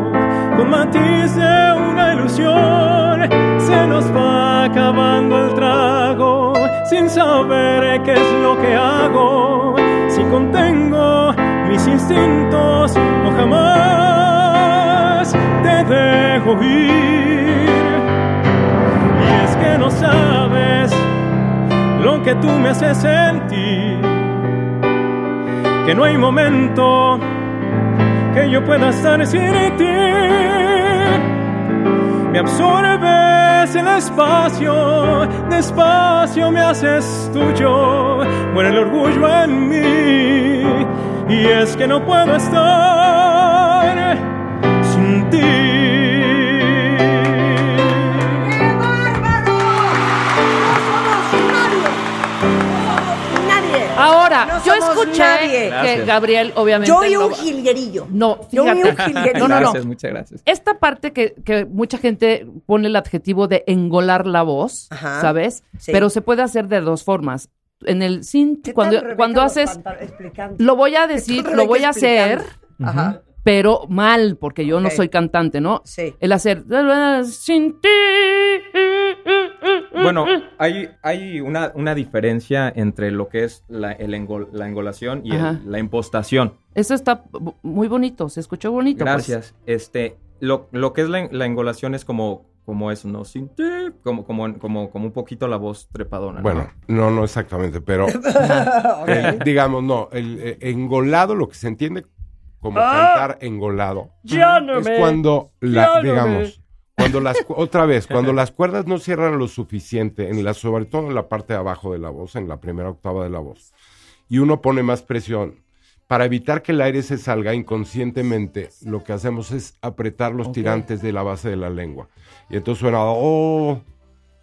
G: con matiz de una ilusión. Se nos va acabando el trago sin saber qué es lo que hago, si contengo mis instintos o jamás te dejo ir. Y es que no sabes lo que tú me haces sentir, que no hay momento que yo pueda estar sin ti. Me absorbes el espacio, despacio me haces tuyo, muere el orgullo en mí. Y es que no puedo estar sin ti.
D: Eh,
B: Nadie.
D: Ahora,
B: No
D: yo
B: somos
D: escuché
B: nadie.
D: que
H: Gracias.
D: Gabriel, obviamente.
B: Yo oí
D: no
B: un
D: va-
B: jilguerillo.
D: No,
B: Yo oí un
D: fíjate.
B: jilguerillo.
D: No, no, no.
H: Gracias, muchas gracias.
D: Esta parte que, que mucha gente pone el adjetivo de engolar la voz,
B: Ajá.
D: ¿sabes?
B: Sí.
D: Pero se puede hacer de dos formas. En el
B: ¿Qué
D: synth,
B: tal,
D: cuando,
B: Rebeca,
D: cuando
B: lo
D: haces,
B: cantar- Este explicando?
D: lo voy a
B: ¿Qué tal,
D: decir, lo
B: Rebeca,
D: voy a hacer,
B: explicando? Ajá.
D: pero mal, porque yo no
B: Ok.
D: soy cantante, ¿no?
B: Sí.
D: El hacer sin ti. Mm,
H: Bueno, hay, hay una, una diferencia entre lo que es la, el engol- la engolación y el-
D: Ajá.
H: la impostación.
D: Eso está bu- muy bonito, se escuchó bonito. pues.
H: Gracias. Este, lo, lo que es la, en- la engolación es como, como eso, ¿no? Sin ti, como, como, como, como un poquito la voz trepadona. ¿no?
C: Bueno, no, no exactamente, pero eh, digamos, no, el eh, engolado, lo que se entiende como cantar engolado,
G: Ah. Ya no
C: es cuando, la, digamos, cuando las, cu- otra vez, cuando las cuerdas no cierran lo suficiente, en la, sobre todo en la parte de abajo de la voz, en la primera octava de la voz, y uno pone más presión. Para evitar que el aire se salga inconscientemente, lo que hacemos es apretar los tirantes de la base de la lengua. Y entonces suena, oh,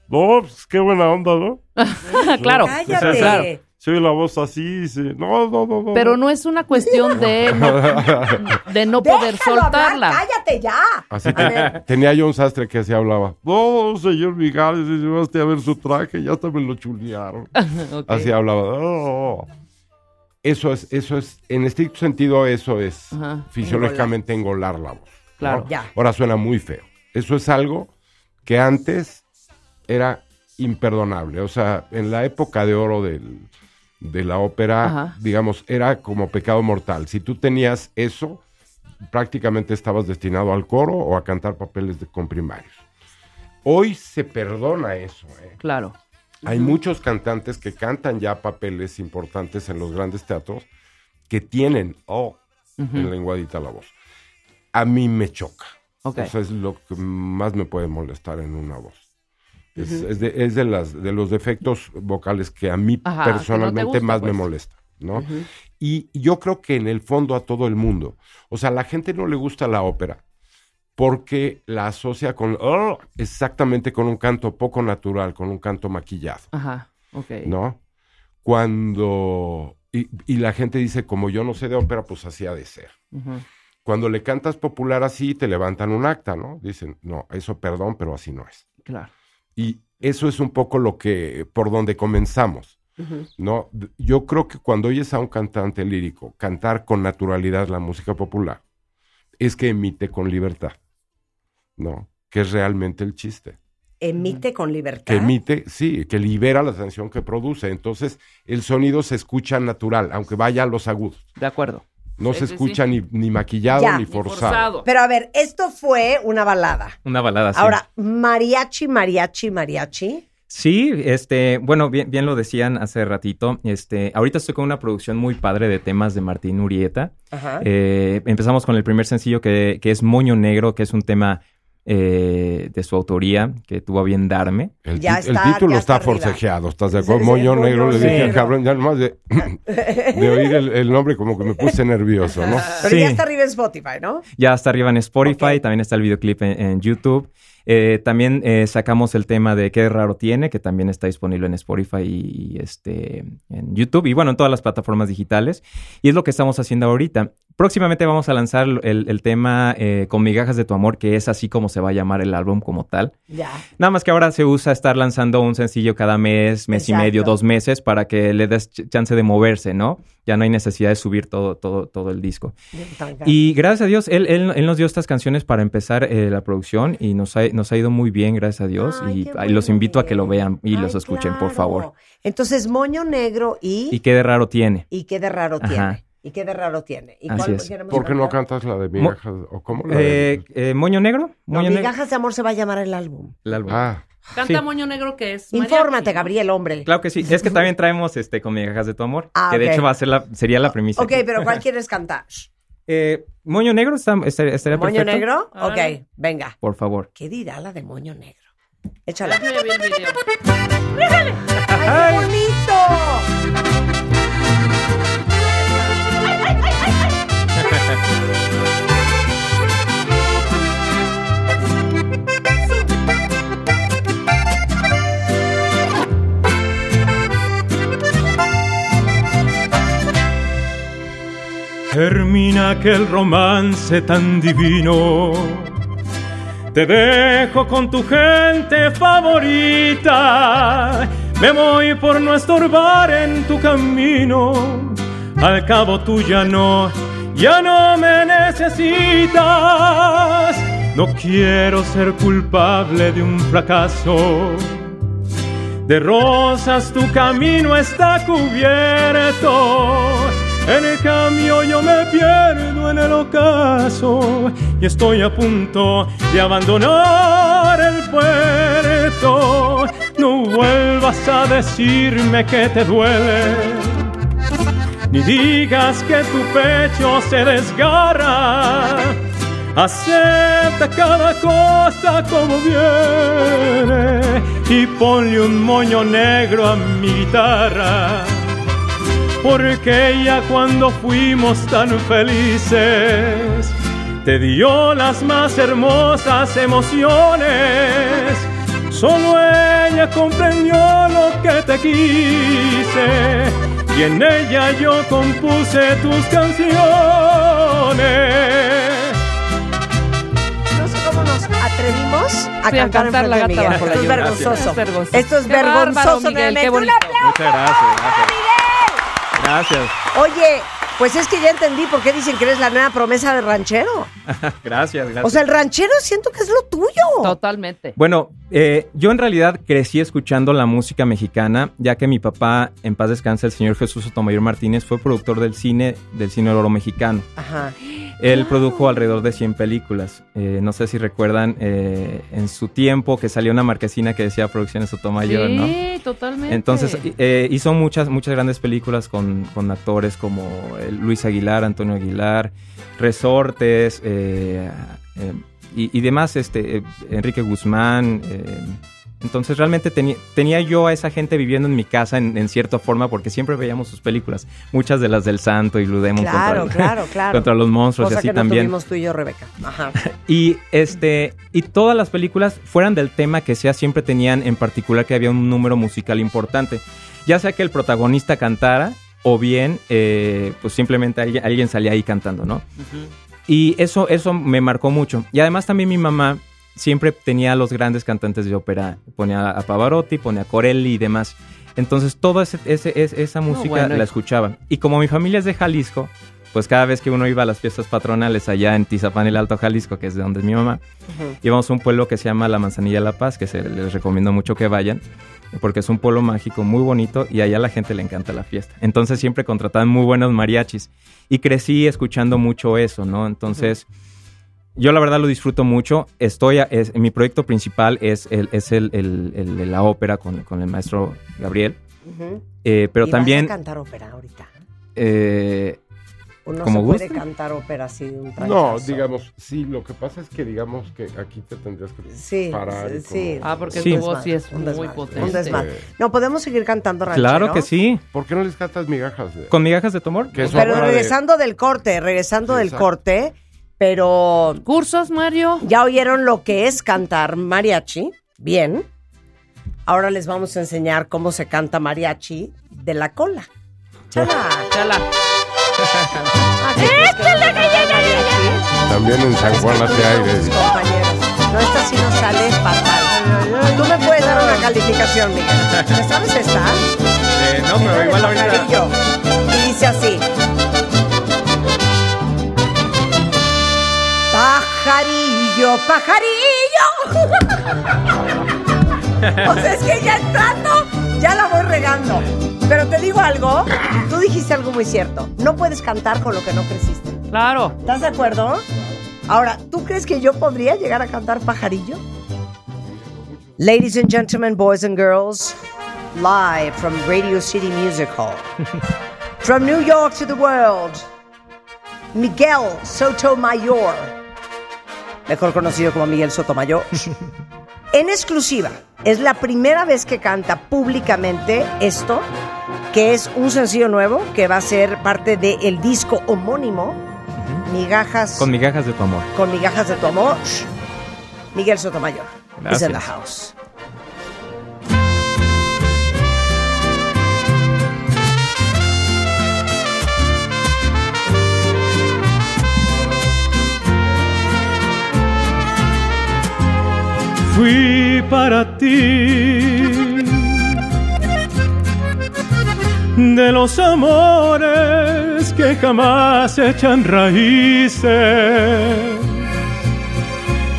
C: no, pues, qué buena onda, ¿no?
D: claro. pues,
B: Cállate.
D: Claro.
C: Se oye la voz así, sí. no, no, no, no.
D: Pero no es una cuestión de no, de no poder
B: Déjalo hablar,
D: soltarla.
B: cállate ya.
C: Así
B: A
C: que
B: ver.
C: tenía yo un sastre que así hablaba. No, señor Mijares, si me vas a ver su traje, ya hasta me lo chulearon.
D: Ok.
C: Así hablaba. "Oh". Eso es, eso es, en estricto sentido, eso es
D: Ajá.
C: fisiológicamente engolar la voz. ¿no?
D: Claro.
B: Ya.
C: Ahora suena muy feo. Eso es algo que antes era imperdonable. O sea, en la época de oro del- de la ópera,
D: Ajá.
C: digamos, era como pecado mortal. Si tú tenías eso, prácticamente estabas destinado al coro o a cantar papeles de comprimarios. Hoy se perdona eso. ¿eh?
D: Claro.
C: Hay muchos cantantes que cantan ya papeles importantes en los grandes teatros que tienen, oh, en lenguadita la voz. A mí me choca.
D: Ok.
C: Eso es lo que más me puede molestar en una voz. Es, es de, es de las, de los defectos vocales que a mí
D: Ajá, que no te
C: personalmente
D: gusta,
C: más
D: pues.
C: me molesta. ¿no? Y yo creo que en el fondo a todo el mundo. O sea, a la gente no le gusta la ópera porque la asocia con oh, exactamente con un canto poco natural, con un canto maquillado.
D: Ajá. Ok.
C: ¿no? Cuando... Y, y la gente dice, como yo no sé de ópera, pues así ha de ser.
D: Ujú.
C: Cuando le cantas popular así, te levantan un acta, ¿no? Dicen, no, eso perdón, pero así no es.
D: Claro.
C: Y eso es un poco lo que, por donde comenzamos, ¿no? D- Yo creo que cuando oyes a un cantante lírico cantar con naturalidad la música popular, es que emite con libertad, ¿no? Que es realmente el chiste
B: Emite con libertad.
C: que emite, sí, que libera la tensión que produce. Entonces, el sonido se escucha natural, aunque vaya a los agudos.
D: De acuerdo.
C: No
D: Sí,
C: se
D: sí,
C: escucha Ni, ni maquillado
B: Ya.
C: ni
B: Ni
C: forzado.
B: Pero a ver, esto fue una balada.
G: Una balada así.
B: Ahora, mariachi, mariachi, mariachi.
G: Sí, este, bueno, bien, bien lo decían hace ratito. Este, ahorita estoy con una producción muy padre de temas de Martín Urieta.
B: Ajá.
G: Eh, empezamos con el primer sencillo que, que es Moño Negro, que es un tema eh, de su autoría que tuvo a bien darme.
C: El,
B: Ya
C: ti- el
B: está,
C: título
B: ya
C: está,
B: está arriba.
C: forcejeado, ¿estás de
B: Sí,
C: acuerdo?
B: sí,
C: Moño
B: moño
C: negro, le dije al
B: negro.
C: cabrón, ya nomás de, de oír el, el nombre como que me puse nervioso, ¿no?
B: Pero
G: Sí.
B: ya está arriba en Spotify, ¿no?
G: Ya está arriba en Spotify,
B: Ok.
G: también está el videoclip en, en YouTube. Eh, también eh, sacamos el tema de qué raro tiene, que también está disponible en Spotify y, y, este, en YouTube y bueno, en todas las plataformas digitales. Y es lo que estamos haciendo ahorita. Próximamente vamos a lanzar el, el tema eh, con migajas de tu amor, que es así como se va a llamar el álbum como tal.
B: Ya.
G: Nada más que ahora se usa estar lanzando un sencillo cada mes, mes
B: Exacto.
G: y medio, dos meses, para que le des ch- chance de moverse, ¿no? Ya no hay necesidad de subir todo, todo, todo el disco. Y gracias a Dios, él, él- él nos dio estas canciones para empezar eh, la producción y nos ha, nos ha ido muy bien, gracias a Dios.
B: Ay,
G: y
B: qué
G: ay, los
B: bueno,
G: invito a que lo
B: Miguel.
G: vean y
B: Ay,
G: los escuchen, por
B: claro.
G: favor.
B: Entonces, moño negro
G: ¿Y
B: y.
G: qué de raro tiene?
B: ¿Y qué de raro
G: Ajá.
B: tiene? ¿Y qué de raro tiene? ¿Y
G: Así
B: cuál
G: es.
B: queremos
C: ¿Por qué no
B: cantar?
C: cantas la de
G: Mo-
C: migajas? ¿O cómo la de-
G: Eh, eh, ¿Moño negro?
B: No,
G: ¿Moño negro?
B: Migajas de amor se va a llamar el álbum.
G: El álbum.
C: Ah,
D: Canta
G: Sí.
D: Moño Negro que es. mariachi,
B: Infórmate,
D: ¿no?
B: Gabriel, hombre.
G: Claro que sí. Es que también traemos este con migajas de tu amor,
B: Ah,
G: que de
B: ok. Ah,
G: hecho va a ser la, sería la premisa.
B: Ok, pero ¿cuál quieres cantar?
G: Eh, Moño negro está- estaría, estaría
B: ¿Moño
G: perfecto.
B: negro?
D: Órale.
B: Ok, venga.
G: Por favor.
B: ¿Qué dirá la de moño negro? Échala.
D: Yo ya vi el video.
B: ¡Ay, qué bonito!
I: Termina aquel romance tan divino. Te dejo con tu gente favorita. Me voy por no estorbar en tu camino. Al cabo tú ya no, ya no me necesitas. No quiero ser culpable de un fracaso. De rosas tu camino está cubierto. En el cambio yo me pierdo en el ocaso y estoy a punto de abandonar el puerto. No vuelvas a decirme que te duele ni digas que tu pecho se desgarra. Acepta cada cosa como viene y ponle un moño negro a mi guitarra. Porque ya cuando fuimos tan felices, te dio las más hermosas emociones. Solo ella comprendió lo que te quise y en ella yo compuse tus canciones.
B: No sé cómo nos atrevimos a
D: Sí, a
B: cantar, en
D: cantar
B: frente
D: la
B: de
D: gata
B: Miguel.
D: bajo la
B: Esto es
D: lluvia.
B: vergonzoso.
D: Esto es vergonzoso.
B: Esto es
D: Qué bárbaro,
B: vergonzoso.
D: Miguel, qué
B: nuevamente. ¡Un
D: bonito.
B: aplauso!
G: Muchas gracias. Gracias. Gracias.
B: Oye, pues es que ya entendí por qué dicen que eres la nueva promesa del ranchero.
G: Gracias, gracias.
B: O sea, el ranchero siento que es lo tuyo.
D: Totalmente.
G: Bueno, eh, yo en realidad crecí escuchando la música mexicana, ya que mi papá, en paz descanse, el señor Jesús Sotomayor Martínez, fue productor del cine, del cine oro mexicano.
B: Ajá.
G: Él produjo alrededor de 100 películas. Eh, no sé si recuerdan eh, en su tiempo que salió una marquesina que decía Producciones Sotomayor, ¿no?
D: Sí, totalmente.
G: Entonces eh, hizo muchas, muchas grandes películas con, con actores como eh, Luis Aguilar, Antonio Aguilar, Resortes eh, eh, y, y demás, este, eh, Enrique Guzmán. eh. entonces realmente teni- tenía yo a esa gente viviendo en mi casa en, en cierta forma porque siempre veíamos sus películas, muchas de las del Santo y Blue Demon
B: Claro,
G: contra,
B: claro, claro.
G: contra los monstruos y
B: Cosa
G: así
B: que no
G: también.
B: tuvimos tú y yo, Rebeca. Ajá.
G: Y este y todas las películas fueran del tema que sea siempre tenían en particular que había un número musical importante, ya sea que el protagonista cantara o bien eh, pues simplemente alguien, alguien salía ahí cantando, ¿no? Y eso eso me marcó mucho. Y además también mi mamá siempre tenía a los grandes cantantes de ópera, ponía a Pavarotti, ponía a Corelli y demás. Entonces toda ese- ese- es- esa música
D: bueno,
G: la
D: y-
G: escuchaba. Y como mi familia es de Jalisco, pues cada vez que uno iba a las fiestas patronales allá en Tizapán, el Alto Jalisco, que es de donde es mi mamá, íbamos a un pueblo que se llama La Manzanilla La Paz, que se les recomiendo mucho que vayan, porque es un pueblo mágico muy bonito y allá a la gente le encanta la fiesta. Entonces siempre contrataban muy buenos mariachis y crecí escuchando mucho eso, ¿no? Entonces... Yo la verdad lo disfruto mucho. Estoy a- es- mi proyecto principal es, el, es el, el- el de la ópera con, con el maestro Gabriel.
B: Ujú.
G: Eh, pero
B: ¿Y
G: también...
B: Vas a cantar ópera ahorita.
G: eh,
B: ¿O no
G: Como
B: se
G: guste.
B: puede cantar ópera así de un
C: No,
B: trancazo?
C: digamos, sí, lo que pasa es que digamos que aquí te tendrías que
B: Sí,
C: parar. y
B: sí.
C: como-
D: Ah, porque
G: Sí.
D: tu voz sí es
B: Un
D: muy
B: desmadre,
D: potente.
B: un desmadre.
C: Eh,
B: No, podemos seguir cantando ranchero.
G: Claro que sí.
C: ¿Por qué no les cantas migajas? De...
G: Con migajas de tomor.
C: que es
B: Pero
C: obra de-
B: regresando del corte, regresando
C: Sí,
B: del
C: exacto.
B: corte, pero
D: Cursos, Mario.
B: ya oyeron lo que es cantar mariachi. Bien. Ahora les vamos a enseñar cómo se canta mariachi de la cola. Chala.
D: Chala.
C: También en San Juan hace aire.
B: Sus compañeros. No, esta sí nos sale fatal. Tú me puedes dar una calificación, Miguel. ¿Te sabes esta?
G: Eh, no, pero igual ahorita...
B: Pajarillo. Y dice así. Pajarillo, pajarillo. o sea, es que ya entrando, ya la voy regando. Pero te digo algo, tú dijiste algo muy cierto. No puedes cantar con lo que no creciste.
D: Claro.
B: ¿Estás de acuerdo? Ahora, ¿tú crees que yo podría llegar a cantar pajarillo? Ladies and gentlemen, boys and girls, live from Radio City Music Hall, from New York to the world, Miguel Sotomayor, mejor conocido como Miguel Sotomayor, en exclusiva, es la primera vez que canta públicamente esto, que es un sencillo nuevo que va a ser parte del disco homónimo, Migajas
G: Con migajas de tomor.
B: con migajas de tu amor, Miguel Sotomayor. Is
G: Gracias.
B: in the house.
I: fui para ti. De los amores que jamás echan raíces,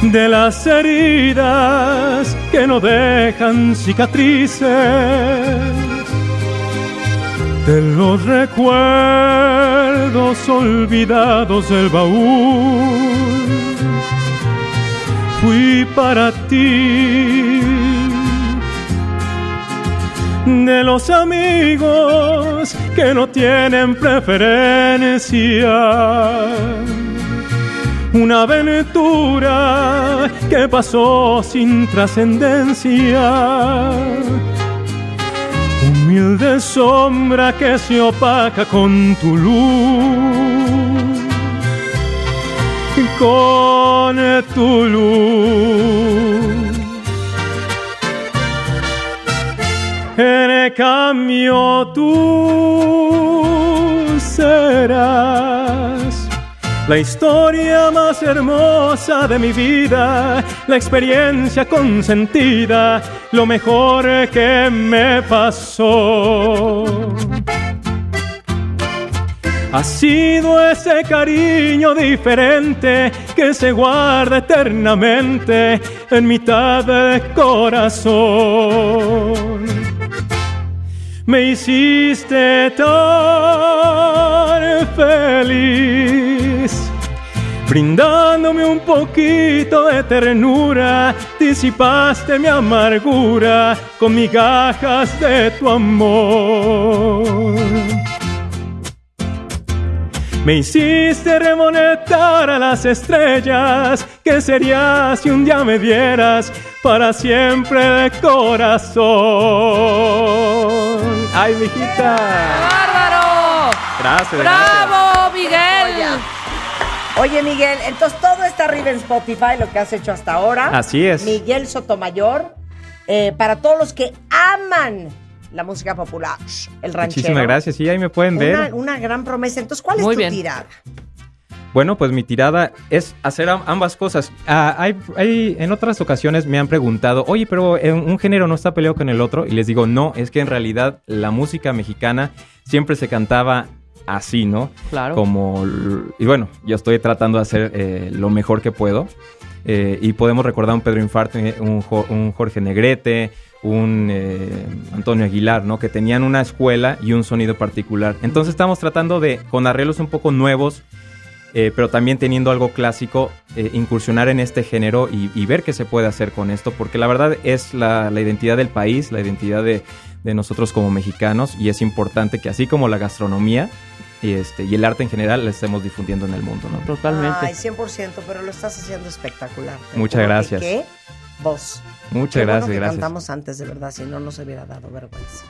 I: de las heridas que no dejan cicatrices de los recuerdos olvidados del baúl. Fui para ti de los amigos que no tienen preferencia. Una aventura que pasó sin trascendencia. Humilde sombra que se opaca con tu luz, con tu luz. En cambio tú serás la historia más hermosa de mi vida, la experiencia consentida, lo mejor que me pasó. Ha sido ese cariño diferente que se guarda eternamente en mitad del corazón me hiciste tan feliz brindándome un poquito de ternura, disipaste mi amargura con migajas de tu amor. Me hiciste remonetar a las estrellas. ¿Qué sería si un día me dieras para siempre de corazón? ¡Ay, mijita!
D: ¡Bárbaro!
I: Gracias, gracias.
D: ¡Bravo, Miguel!
B: Oye, Miguel, entonces todo está arriba en Spotify, lo que has hecho hasta ahora.
G: Así es.
B: Miguel Sotomayor, eh, para todos los que aman la música popular, el ranchero.
G: Muchísimas gracias. Sí, ahí me pueden ver.
B: Una, una gran promesa. Entonces, ¿cuál
D: Muy
B: es tu
D: bien.
B: tirada?
G: Bueno, pues mi tirada es hacer am- ambas cosas. Ah, hay, hay- en otras ocasiones me han preguntado, oye, pero eh, un género no está peleado con el otro. Y les digo, no, es que en realidad la música mexicana siempre se cantaba así, ¿no?
D: Claro.
G: Como, l- y bueno, yo estoy tratando de hacer eh, lo mejor que puedo. Eh, y podemos recordar a un Pedro Infarte, un, Jo- un Jorge Negrete, un eh, Antonio Aguilar, ¿no? Que tenían una escuela y un sonido particular. Entonces estamos tratando de, con arreglos un poco nuevos, eh, pero también teniendo algo clásico, eh, incursionar en este género y, y ver qué se puede hacer con esto, porque la verdad es la, la identidad del país, la identidad de, de nosotros como mexicanos, y es importante que así como la gastronomía y, este, y el arte en general, la estemos difundiendo en el mundo, ¿no?
D: Totalmente.
B: Ay, 100%, pero lo estás haciendo espectacular. Te
G: Muchas
B: juro que
G: gracias.
B: Qué voz.
G: Muchas
B: Qué bueno
G: gracias,
B: que
G: gracias.
B: cantamos antes, de verdad, si no nos hubiera dado vergüenza.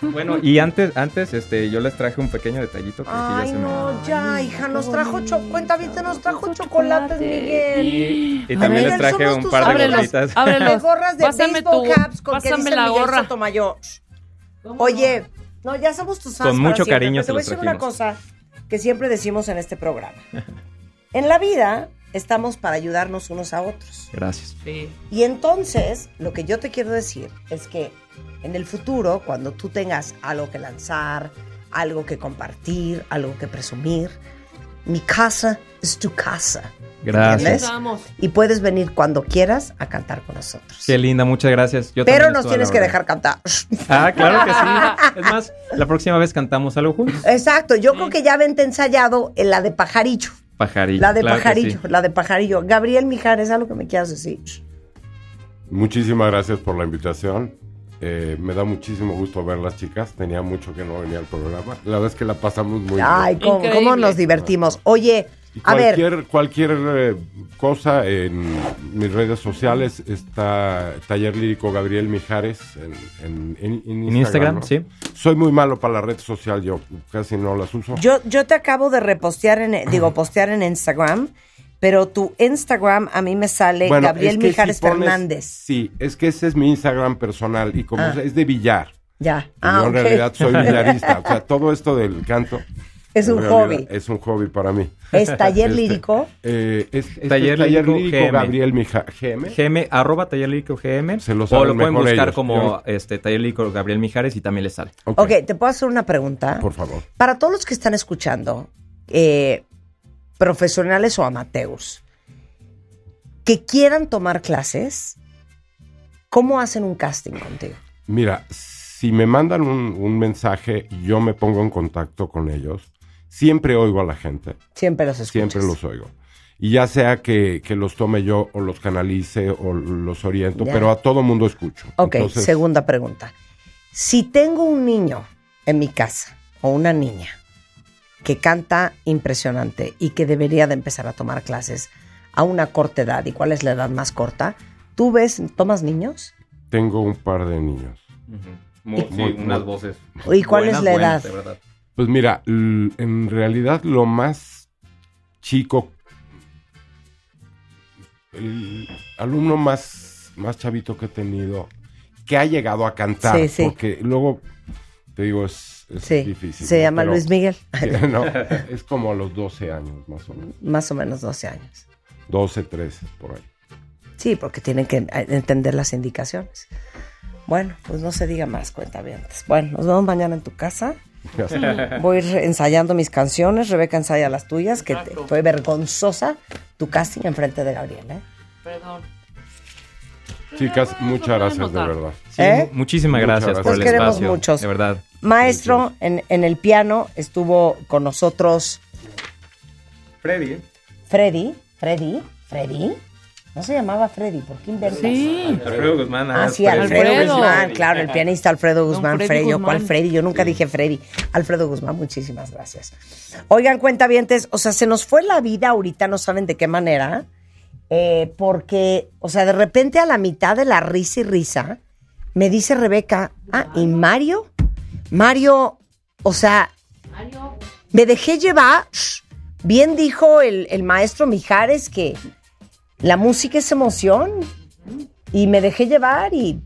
G: Bueno, y antes, antes este, yo les traje un pequeño detallito que aquí ya
B: Ay,
G: se me-
B: no, ya, hija, nos tracho cuenta bien, nos trajo chocolates, Miguel.
G: Y, y
D: A
G: también
D: ver,
G: les traje
B: somos
G: un
B: tus
G: par de
D: Ábrelos,
G: gorritas.
D: ábrelos.
B: gorras de
D: Pásame
B: baseball
D: tu-
B: caps con que
D: pásame
B: dice
D: la
B: Miguel
D: gorra.
B: Sotomayor. Oye, no, ya somos tus fans
G: Con
B: para
G: mucho
B: siempre,
G: cariño
B: pero
G: se
B: Te voy a
G: los
B: decir una
G: trajimos.
B: cosa que siempre decimos en este programa. En la vida estamos para ayudarnos unos a otros.
G: Gracias.
D: Sí.
B: Y entonces, lo que yo te quiero decir es que en el futuro, cuando tú tengas algo que lanzar, algo que compartir, algo que presumir, mi casa es tu casa.
G: Gracias.
B: ¿Entiendes?
D: Vamos.
B: Y puedes venir cuando quieras a cantar con nosotros.
G: Qué linda, muchas gracias. Yo
B: Pero
G: también
B: nos
G: estuve a la
B: tienes que
G: hora.
B: dejar cantar.
G: Ah, claro que sí. Es más, la próxima vez cantamos algo juntos.
B: Exacto, yo creo que ya vente ensayado en la de pajarillo.
G: Pajarillo.
B: La de
G: claro que
B: pajarillo,
G: sí.
B: la de pajarillo. Gabriel Mijares, algo que me quieras decir.
C: Muchísimas gracias por la invitación. Eh, me da muchísimo gusto ver las chicas. Tenía mucho que no venía al programa. La verdad es que la pasamos muy
B: Ay,
C: bien.
B: cómo,
D: Increíble.
B: cómo nos divertimos. Oye,
C: Y
B: a ver,
C: cualquier, cualquier eh, cosa en mis redes sociales está Taller Lírico Gabriel Mijares en, en- en- en
G: En Instagram,
C: ¿no?
G: sí.
C: Soy muy malo para la red social, yo casi no las uso.
B: yo, yo te acabo de repostear en, digo, postear en Instagram, pero tu Instagram a mí me sale
C: Bueno,
B: Gabriel
C: es que si
B: Mijares
C: pones-
B: Fernández. Ah.
C: Sí, es que ese es mi Instagram personal y como es de billar.
B: Ya.
C: y yo en
B: Ah, ok.
C: realidad soy billarista. O sea, todo esto del canto.
B: Es
C: en
B: un
C: realidad,
B: hobby.
C: Es un hobby para mí.
B: Es taller
C: Este,
B: lírico.
C: eh, es, este
G: Taller
C: es taller
G: Lírico
C: lírico,
G: GM.
C: Gabriel Mija, GM.
G: GM, arroba taller lírico GM.
C: Se lo
G: o
C: saben
G: lo pueden
C: mejor
G: buscar
C: ellos,
G: como
C: yo-
G: este, taller lírico Gabriel Mijares y también les sale.
C: Ok,
B: Ok, te puedo hacer una pregunta.
C: Por favor.
B: Para todos los que están escuchando, eh, profesionales o amateurs, que quieran tomar clases, ¿cómo hacen un casting contigo?
C: Mira, si me mandan un, un mensaje, yo me pongo en contacto con ellos. Siempre oigo a la gente,
B: Siempre los escuchas.
C: siempre los oigo. Y ya sea que, que los tome yo o los canalice o los oriento,
B: Ya.
C: pero a todo mundo escucho.
B: Ok,
C: Entonces,
B: segunda pregunta. Si tengo un niño en mi casa o una niña que canta impresionante y que debería de empezar a tomar clases a una corta edad, ¿y cuál es la edad más corta? ¿Tú ves, tomas niños?
C: Tengo un par de niños.
G: Muy,
C: sí, unas
G: voces.
B: ¿Y cuál es la edad?
C: Pues mira, l- en realidad lo más chico, el alumno más, más chavito que he tenido, que ha llegado a cantar,
B: Sí, sí.
C: porque luego, te digo, es, es
B: Sí,
C: difícil.
B: se
C: ¿no?
B: llama
C: Pero-
B: Luis Miguel.
C: No, es como a los 12 años, más o menos.
B: Más o menos 12 años.
C: 12, 13, por ahí.
B: Sí, porque tienen que eh, entender las indicaciones. Bueno, pues no se diga más, cuenta bien. Bueno, nos vemos mañana en tu casa.
C: Ya está.
B: Voy a ir ensayando mis canciones. Rebeca ensaya las tuyas, que te- fue vergonzosa tu casting enfrente de Gabriel. ¿eh?
D: Perdón.
C: Chicas, muchas
D: pueden
C: gracias, de
D: notar.
C: verdad.
B: ¿Eh?
G: Muchísimas
C: Muchas
G: gracias
C: gracias.
G: por
B: Los
G: el
B: queremos
G: espacio.
B: muchos.
G: De verdad.
B: Maestro, en, en el piano estuvo con nosotros
G: Freddy.
B: Freddy, Freddy, Freddy. No se llamaba Freddy, ¿por qué inventas?
D: Sí.
G: Alfredo Guzmán.
B: Ah, sí,
G: Alfredo.
B: Alfredo,
D: Alfredo.
B: Guzmán, claro, el pianista Alfredo Guzmán,
D: Freddy
B: Freddy, yo,
D: Guzmán.
B: ¿cuál Freddy? Yo nunca dije Freddy. Alfredo Guzmán, muchísimas gracias. Oigan, cuentavientes, o sea, se nos fue la vida ahorita, no saben de qué manera, eh, porque, o sea, de repente a la mitad de la risa y risa, me dice Rebeca, ah, ¿y Mario? Mario, o sea, me dejé llevar, bien dijo el, el maestro Mijares que la música es emoción, y me dejé llevar y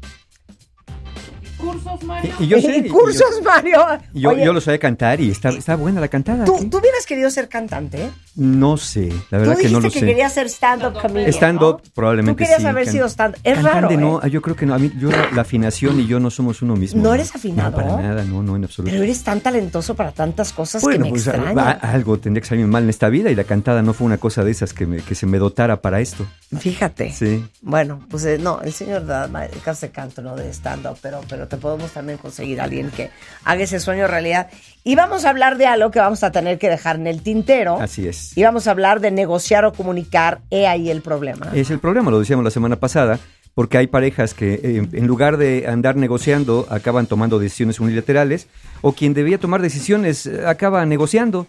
D: Cursos, Mario.
F: Y, y yo sé.
B: y
F: y
B: cursos, Mario.
F: Yo, yo,
B: Oye,
F: yo lo sabía cantar y está, está buena la cantada.
B: ¿tú,
F: ¿sí?
B: tú hubieras querido ser cantante. ¿eh?
F: No sé, la verdad
B: tú
F: que
B: dijiste
F: no lo
B: que
F: sé.
B: querías ser stand-up comedian.
F: Stand-up
B: ¿no?
F: probablemente
B: Tú querías
F: sí,
B: haber
F: can-
B: sido stand-up. Es
F: Cantante,
B: raro. ¿eh?
F: no, ah, yo creo que no. A mí, yo la, la afinación y yo no somos uno mismo.
B: ¿No eres afinado?
F: No, para nada, no, no, en absoluto.
B: Pero eres tan talentoso para tantas cosas que
F: bueno,
B: me
F: pues a-
B: extraña.
F: a- algo tendría que salir mal en esta vida y la cantada no fue una cosa de esas que, me- que se me dotara para esto.
B: Fíjate.
F: Sí.
B: Bueno, pues eh, no, el señor da- ma- hace canto, no de stand-up, pero, pero te podemos también conseguir a alguien que haga ese sueño realidad. Y vamos a hablar de algo que vamos a tener que dejar en el tintero.
F: Así es.
B: Y vamos a hablar de negociar o comunicar. He ahí el problema.
F: Es el problema, lo decíamos la semana pasada, porque hay parejas que eh, en lugar de andar negociando acaban tomando decisiones unilaterales o quien debía tomar decisiones eh, acaba negociando.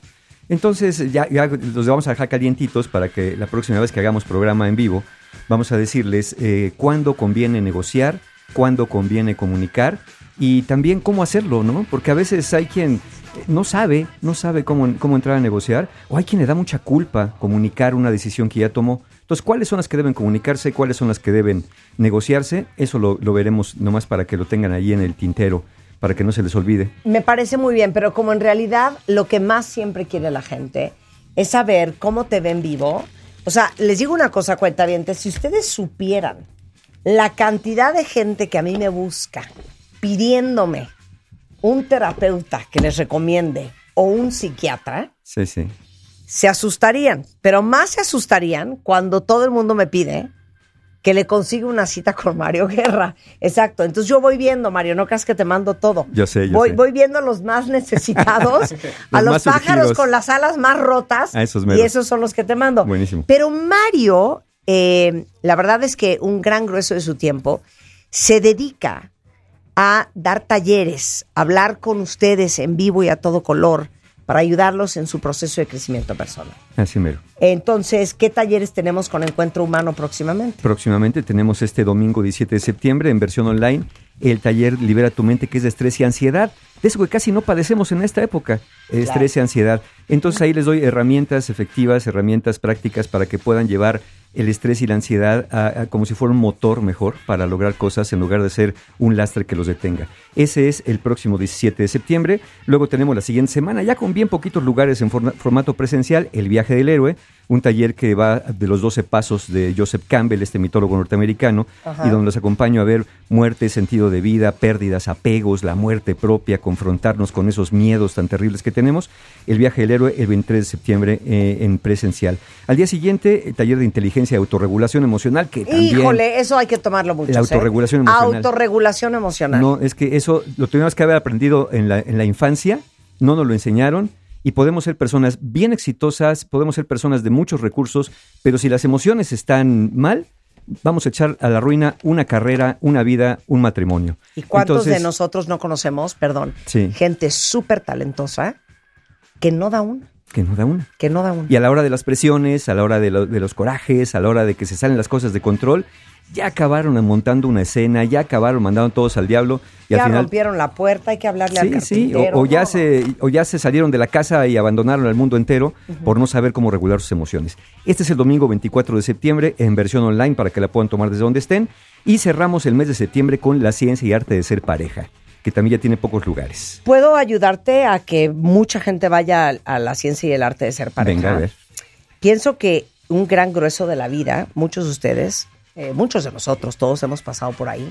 F: Entonces ya, ya los vamos a dejar calientitos para que la próxima vez que hagamos programa en vivo vamos a decirles eh, cuándo conviene negociar, cuándo conviene comunicar y también cómo hacerlo, ¿no? Porque a veces hay quien eh, no sabe, no sabe cómo, cómo entrar a negociar, o hay quien le da mucha culpa comunicar una decisión que ya tomó. Entonces, ¿cuáles son las que deben comunicarse? ¿Cuáles son las que deben negociarse? Eso lo, lo veremos nomás para que lo tengan ahí en el tintero, para que no se les olvide.
B: Me parece muy bien, pero como en realidad lo que más siempre quiere la gente es saber cómo te ven vivo. O sea, les digo una cosa, cuentavientes, si ustedes supieran la cantidad de gente que a mí me busca pidiéndome un terapeuta que les recomiende o un psiquiatra,
F: Sí, sí.
B: se asustarían, pero más se asustarían cuando todo el mundo me pide que le consiga una cita con Mario Guerra. Exacto. Entonces yo voy viendo, Mario, no creas que te mando todo.
F: Yo sé, yo
B: voy,
F: sé.
B: voy viendo a los más necesitados, a
F: Los
B: los
F: más
B: pájaros
F: urgidos.
B: con las alas más rotas.
F: A esos
B: y
F: meros.
B: esos son los que te mando.
F: Buenísimo.
B: Pero Mario, eh, la verdad es que un gran grueso de su tiempo se dedica a dar talleres, hablar con ustedes en vivo y a todo color para ayudarlos en su proceso de crecimiento personal.
F: Así mero.
B: Entonces, ¿qué talleres tenemos con Encuentro Humano próximamente?
F: Próximamente tenemos este domingo 17 de septiembre en versión online el taller Libera tu mente que es de estrés y ansiedad. De eso que casi no padecemos en esta época, estrés y ansiedad. Entonces ahí les doy herramientas efectivas, herramientas prácticas para que puedan llevar el estrés y la ansiedad a- a como si fuera un motor mejor para lograr cosas en lugar de ser un lastre que los detenga. Ese es el próximo 17 de septiembre. Luego tenemos la siguiente semana, ya con bien poquitos lugares en forma- formato presencial, El viaje del héroe, un taller que va de los 12 pasos de Joseph Campbell, este mitólogo norteamericano, y donde los acompaño a ver muerte, sentido de vida, pérdidas, apegos, la muerte propia, confrontarnos con esos miedos tan terribles que tenemos. El viaje del héroe el 23 de septiembre eh, en presencial. Al día siguiente, el taller de inteligencia y autorregulación emocional, que también...
B: Híjole, eso hay que tomarlo mucho.
F: La autorregulación
B: ¿eh?
F: emocional.
B: Autorregulación emocional.
F: No, es que eso lo tuvimos que haber aprendido en la, en la infancia, no nos lo enseñaron y podemos ser personas bien exitosas, podemos ser personas de muchos recursos, pero si las emociones están mal, vamos a echar a la ruina una carrera, una vida, un matrimonio.
B: ¿Y cuántos
F: Entonces,
B: de nosotros no conocemos, perdón,
F: Sí.
B: gente súper talentosa que no da una,
F: Que no da una.
B: que no da una?
F: Y a la hora de las presiones, a la hora de, lo- de los corajes, a la hora de que se salen las cosas de control, ya acabaron montando una escena, ya acabaron mandando todos al diablo y
B: ya
F: al final
B: rompieron la puerta, hay que hablarle al
F: Sí, sí, o,
B: carpintero.
F: o ya
B: No,
F: se, o ya se salieron de la casa y abandonaron al mundo entero por no saber cómo regular sus emociones. Este es el domingo 24 de septiembre en versión online para que la puedan tomar desde donde estén. Y cerramos el mes de septiembre con la ciencia y arte de ser pareja, que también ya tiene pocos lugares.
B: ¿Puedo ayudarte a que mucha gente vaya a, a la ciencia y el arte de ser pareja?
F: Venga, a ver.
B: Pienso que un gran grueso de la vida, muchos de ustedes, eh, muchos de nosotros, todos hemos pasado por ahí,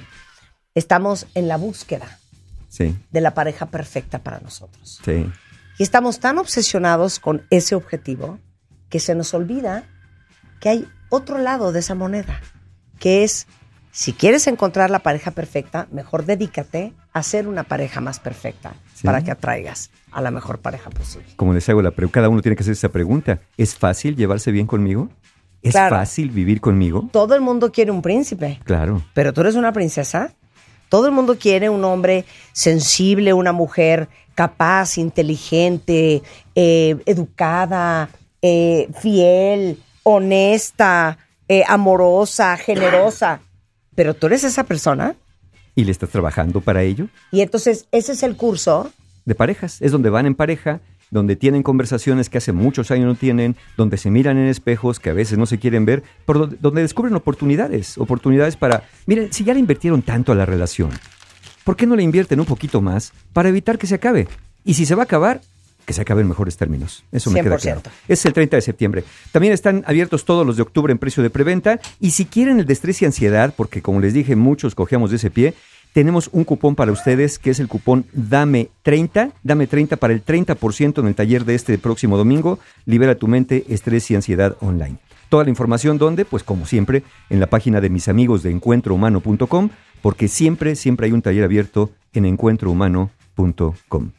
B: estamos en la búsqueda
F: Sí,
B: de la pareja perfecta para nosotros.
F: sí.
B: Y estamos tan obsesionados con ese objetivo que se nos olvida que hay otro lado de esa moneda, que es Si quieres encontrar la pareja perfecta, mejor dedícate a ser una pareja más perfecta
F: Sí.
B: para que atraigas a la mejor pareja posible.
F: Como les hago la pregunta, cada uno tiene que hacer esa pregunta. ¿Es fácil llevarse bien conmigo? ¿Es
B: Claro.
F: fácil vivir conmigo?
B: Todo el mundo quiere un príncipe,
F: Claro.
B: pero tú eres una princesa. Todo el mundo quiere un hombre sensible, una mujer capaz, inteligente, eh, educada, eh, fiel, honesta, eh, amorosa, generosa. Pero tú eres esa persona.
F: ¿Y le estás trabajando para ello?
B: Y entonces ese es el curso
F: de parejas. Es donde van en pareja, donde tienen conversaciones que hace muchos años no tienen, donde se miran en espejos que a veces no se quieren ver, pero donde, donde descubren oportunidades, oportunidades para, miren, si ya le invirtieron tanto a la relación, ¿por qué no le invierten un poquito más para evitar que se acabe? Y si se va a acabar, que se acabe en mejores términos. Eso me queda claro.
B: 100%.
F: Es el 30 de septiembre. También están abiertos todos los de octubre en precio de preventa. Y si quieren el de estrés y ansiedad, porque como les dije, muchos cogemos de ese pie, tenemos un cupón para ustedes que es el cupón Dame 30. Dame 30 para el 30% en el taller de este próximo domingo. Libera tu mente, estrés y ansiedad online. Toda la información, ¿dónde? Pues como siempre, en la página de mis amigos de encuentrohumano.com, porque siempre, siempre hay un taller abierto en encuentrohumano.com.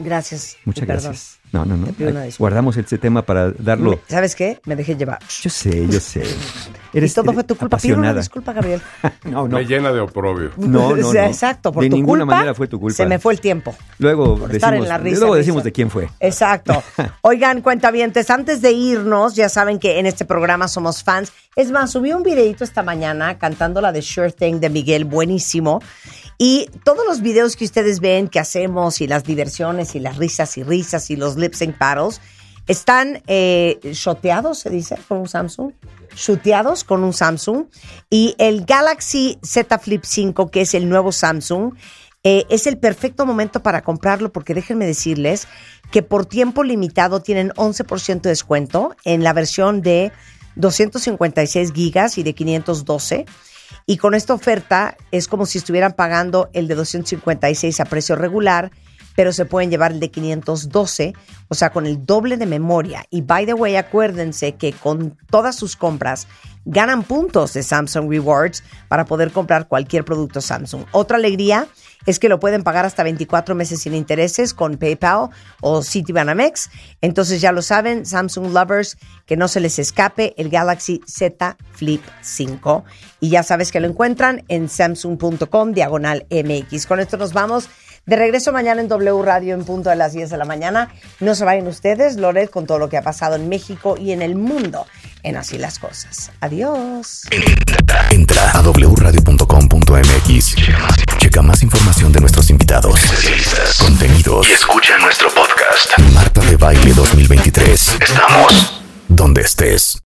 B: Gracias.
F: Muchas
B: y perdón.
F: gracias. No, no, no.
B: Te pido una
F: Ay,
B: disculpa.
F: Guardamos este tema para darlo.
B: Me- ¿Sabes qué? Me dejé llevar.
F: Yo sé, yo sé.
B: y todo fue tu culpa. Pido una
F: apasionada.
B: disculpa, Gabriel.
F: No, no.
C: Me llena de oprobio.
F: No, no,
B: O sea,
F: no.
B: Exacto, por
F: De
B: tu
F: ninguna
B: culpa,
F: manera fue tu culpa.
B: Se me fue el tiempo.
F: Luego
B: Por estar
F: decimos,
B: en la risa,
F: luego
B: risa.
F: decimos de quién fue.
B: Exacto. Oigan, cuentavientes, antes de irnos, ya saben que en este programa somos fans. Es más, subí un videito esta mañana cantando la de Sure Thing de Miguel, buenísimo. Y todos los videos que ustedes ven que hacemos y las diversiones y las risas y risas y los lip sync battles están eh, shoteados, se dice, con un Samsung. Shoteados con un Samsung. Y el Galaxy Z Flip 5, que es el nuevo Samsung, eh, es el perfecto momento para comprarlo porque déjenme decirles que por tiempo limitado tienen 11% de descuento en la versión de 256 gigas y de 512. Y con esta oferta es como si estuvieran pagando el de 256 a precio regular, pero se pueden llevar el de 512, o sea, con el doble de memoria. Y by the way, acuérdense que con todas sus compras ganan puntos de Samsung Rewards para poder comprar cualquier producto Samsung. Otra alegría es que lo pueden pagar hasta 24 meses sin intereses con PayPal o Citibanamex. Entonces ya lo saben, Samsung Lovers, que no se les escape el Galaxy Z Flip 5. Y ya sabes que lo encuentran en samsung.com diagonal MX. Con esto nos vamos. De regreso mañana en W Radio en punto de las 10 de la mañana. No se vayan ustedes, Loret, con todo lo que ha pasado en México y en el mundo en Así las Cosas. Adiós.
A: Entra a wradio.com.mx. Checa más información de nuestros invitados, contenidos y escucha nuestro podcast. Marta de Baile 2023. Estamos donde estés.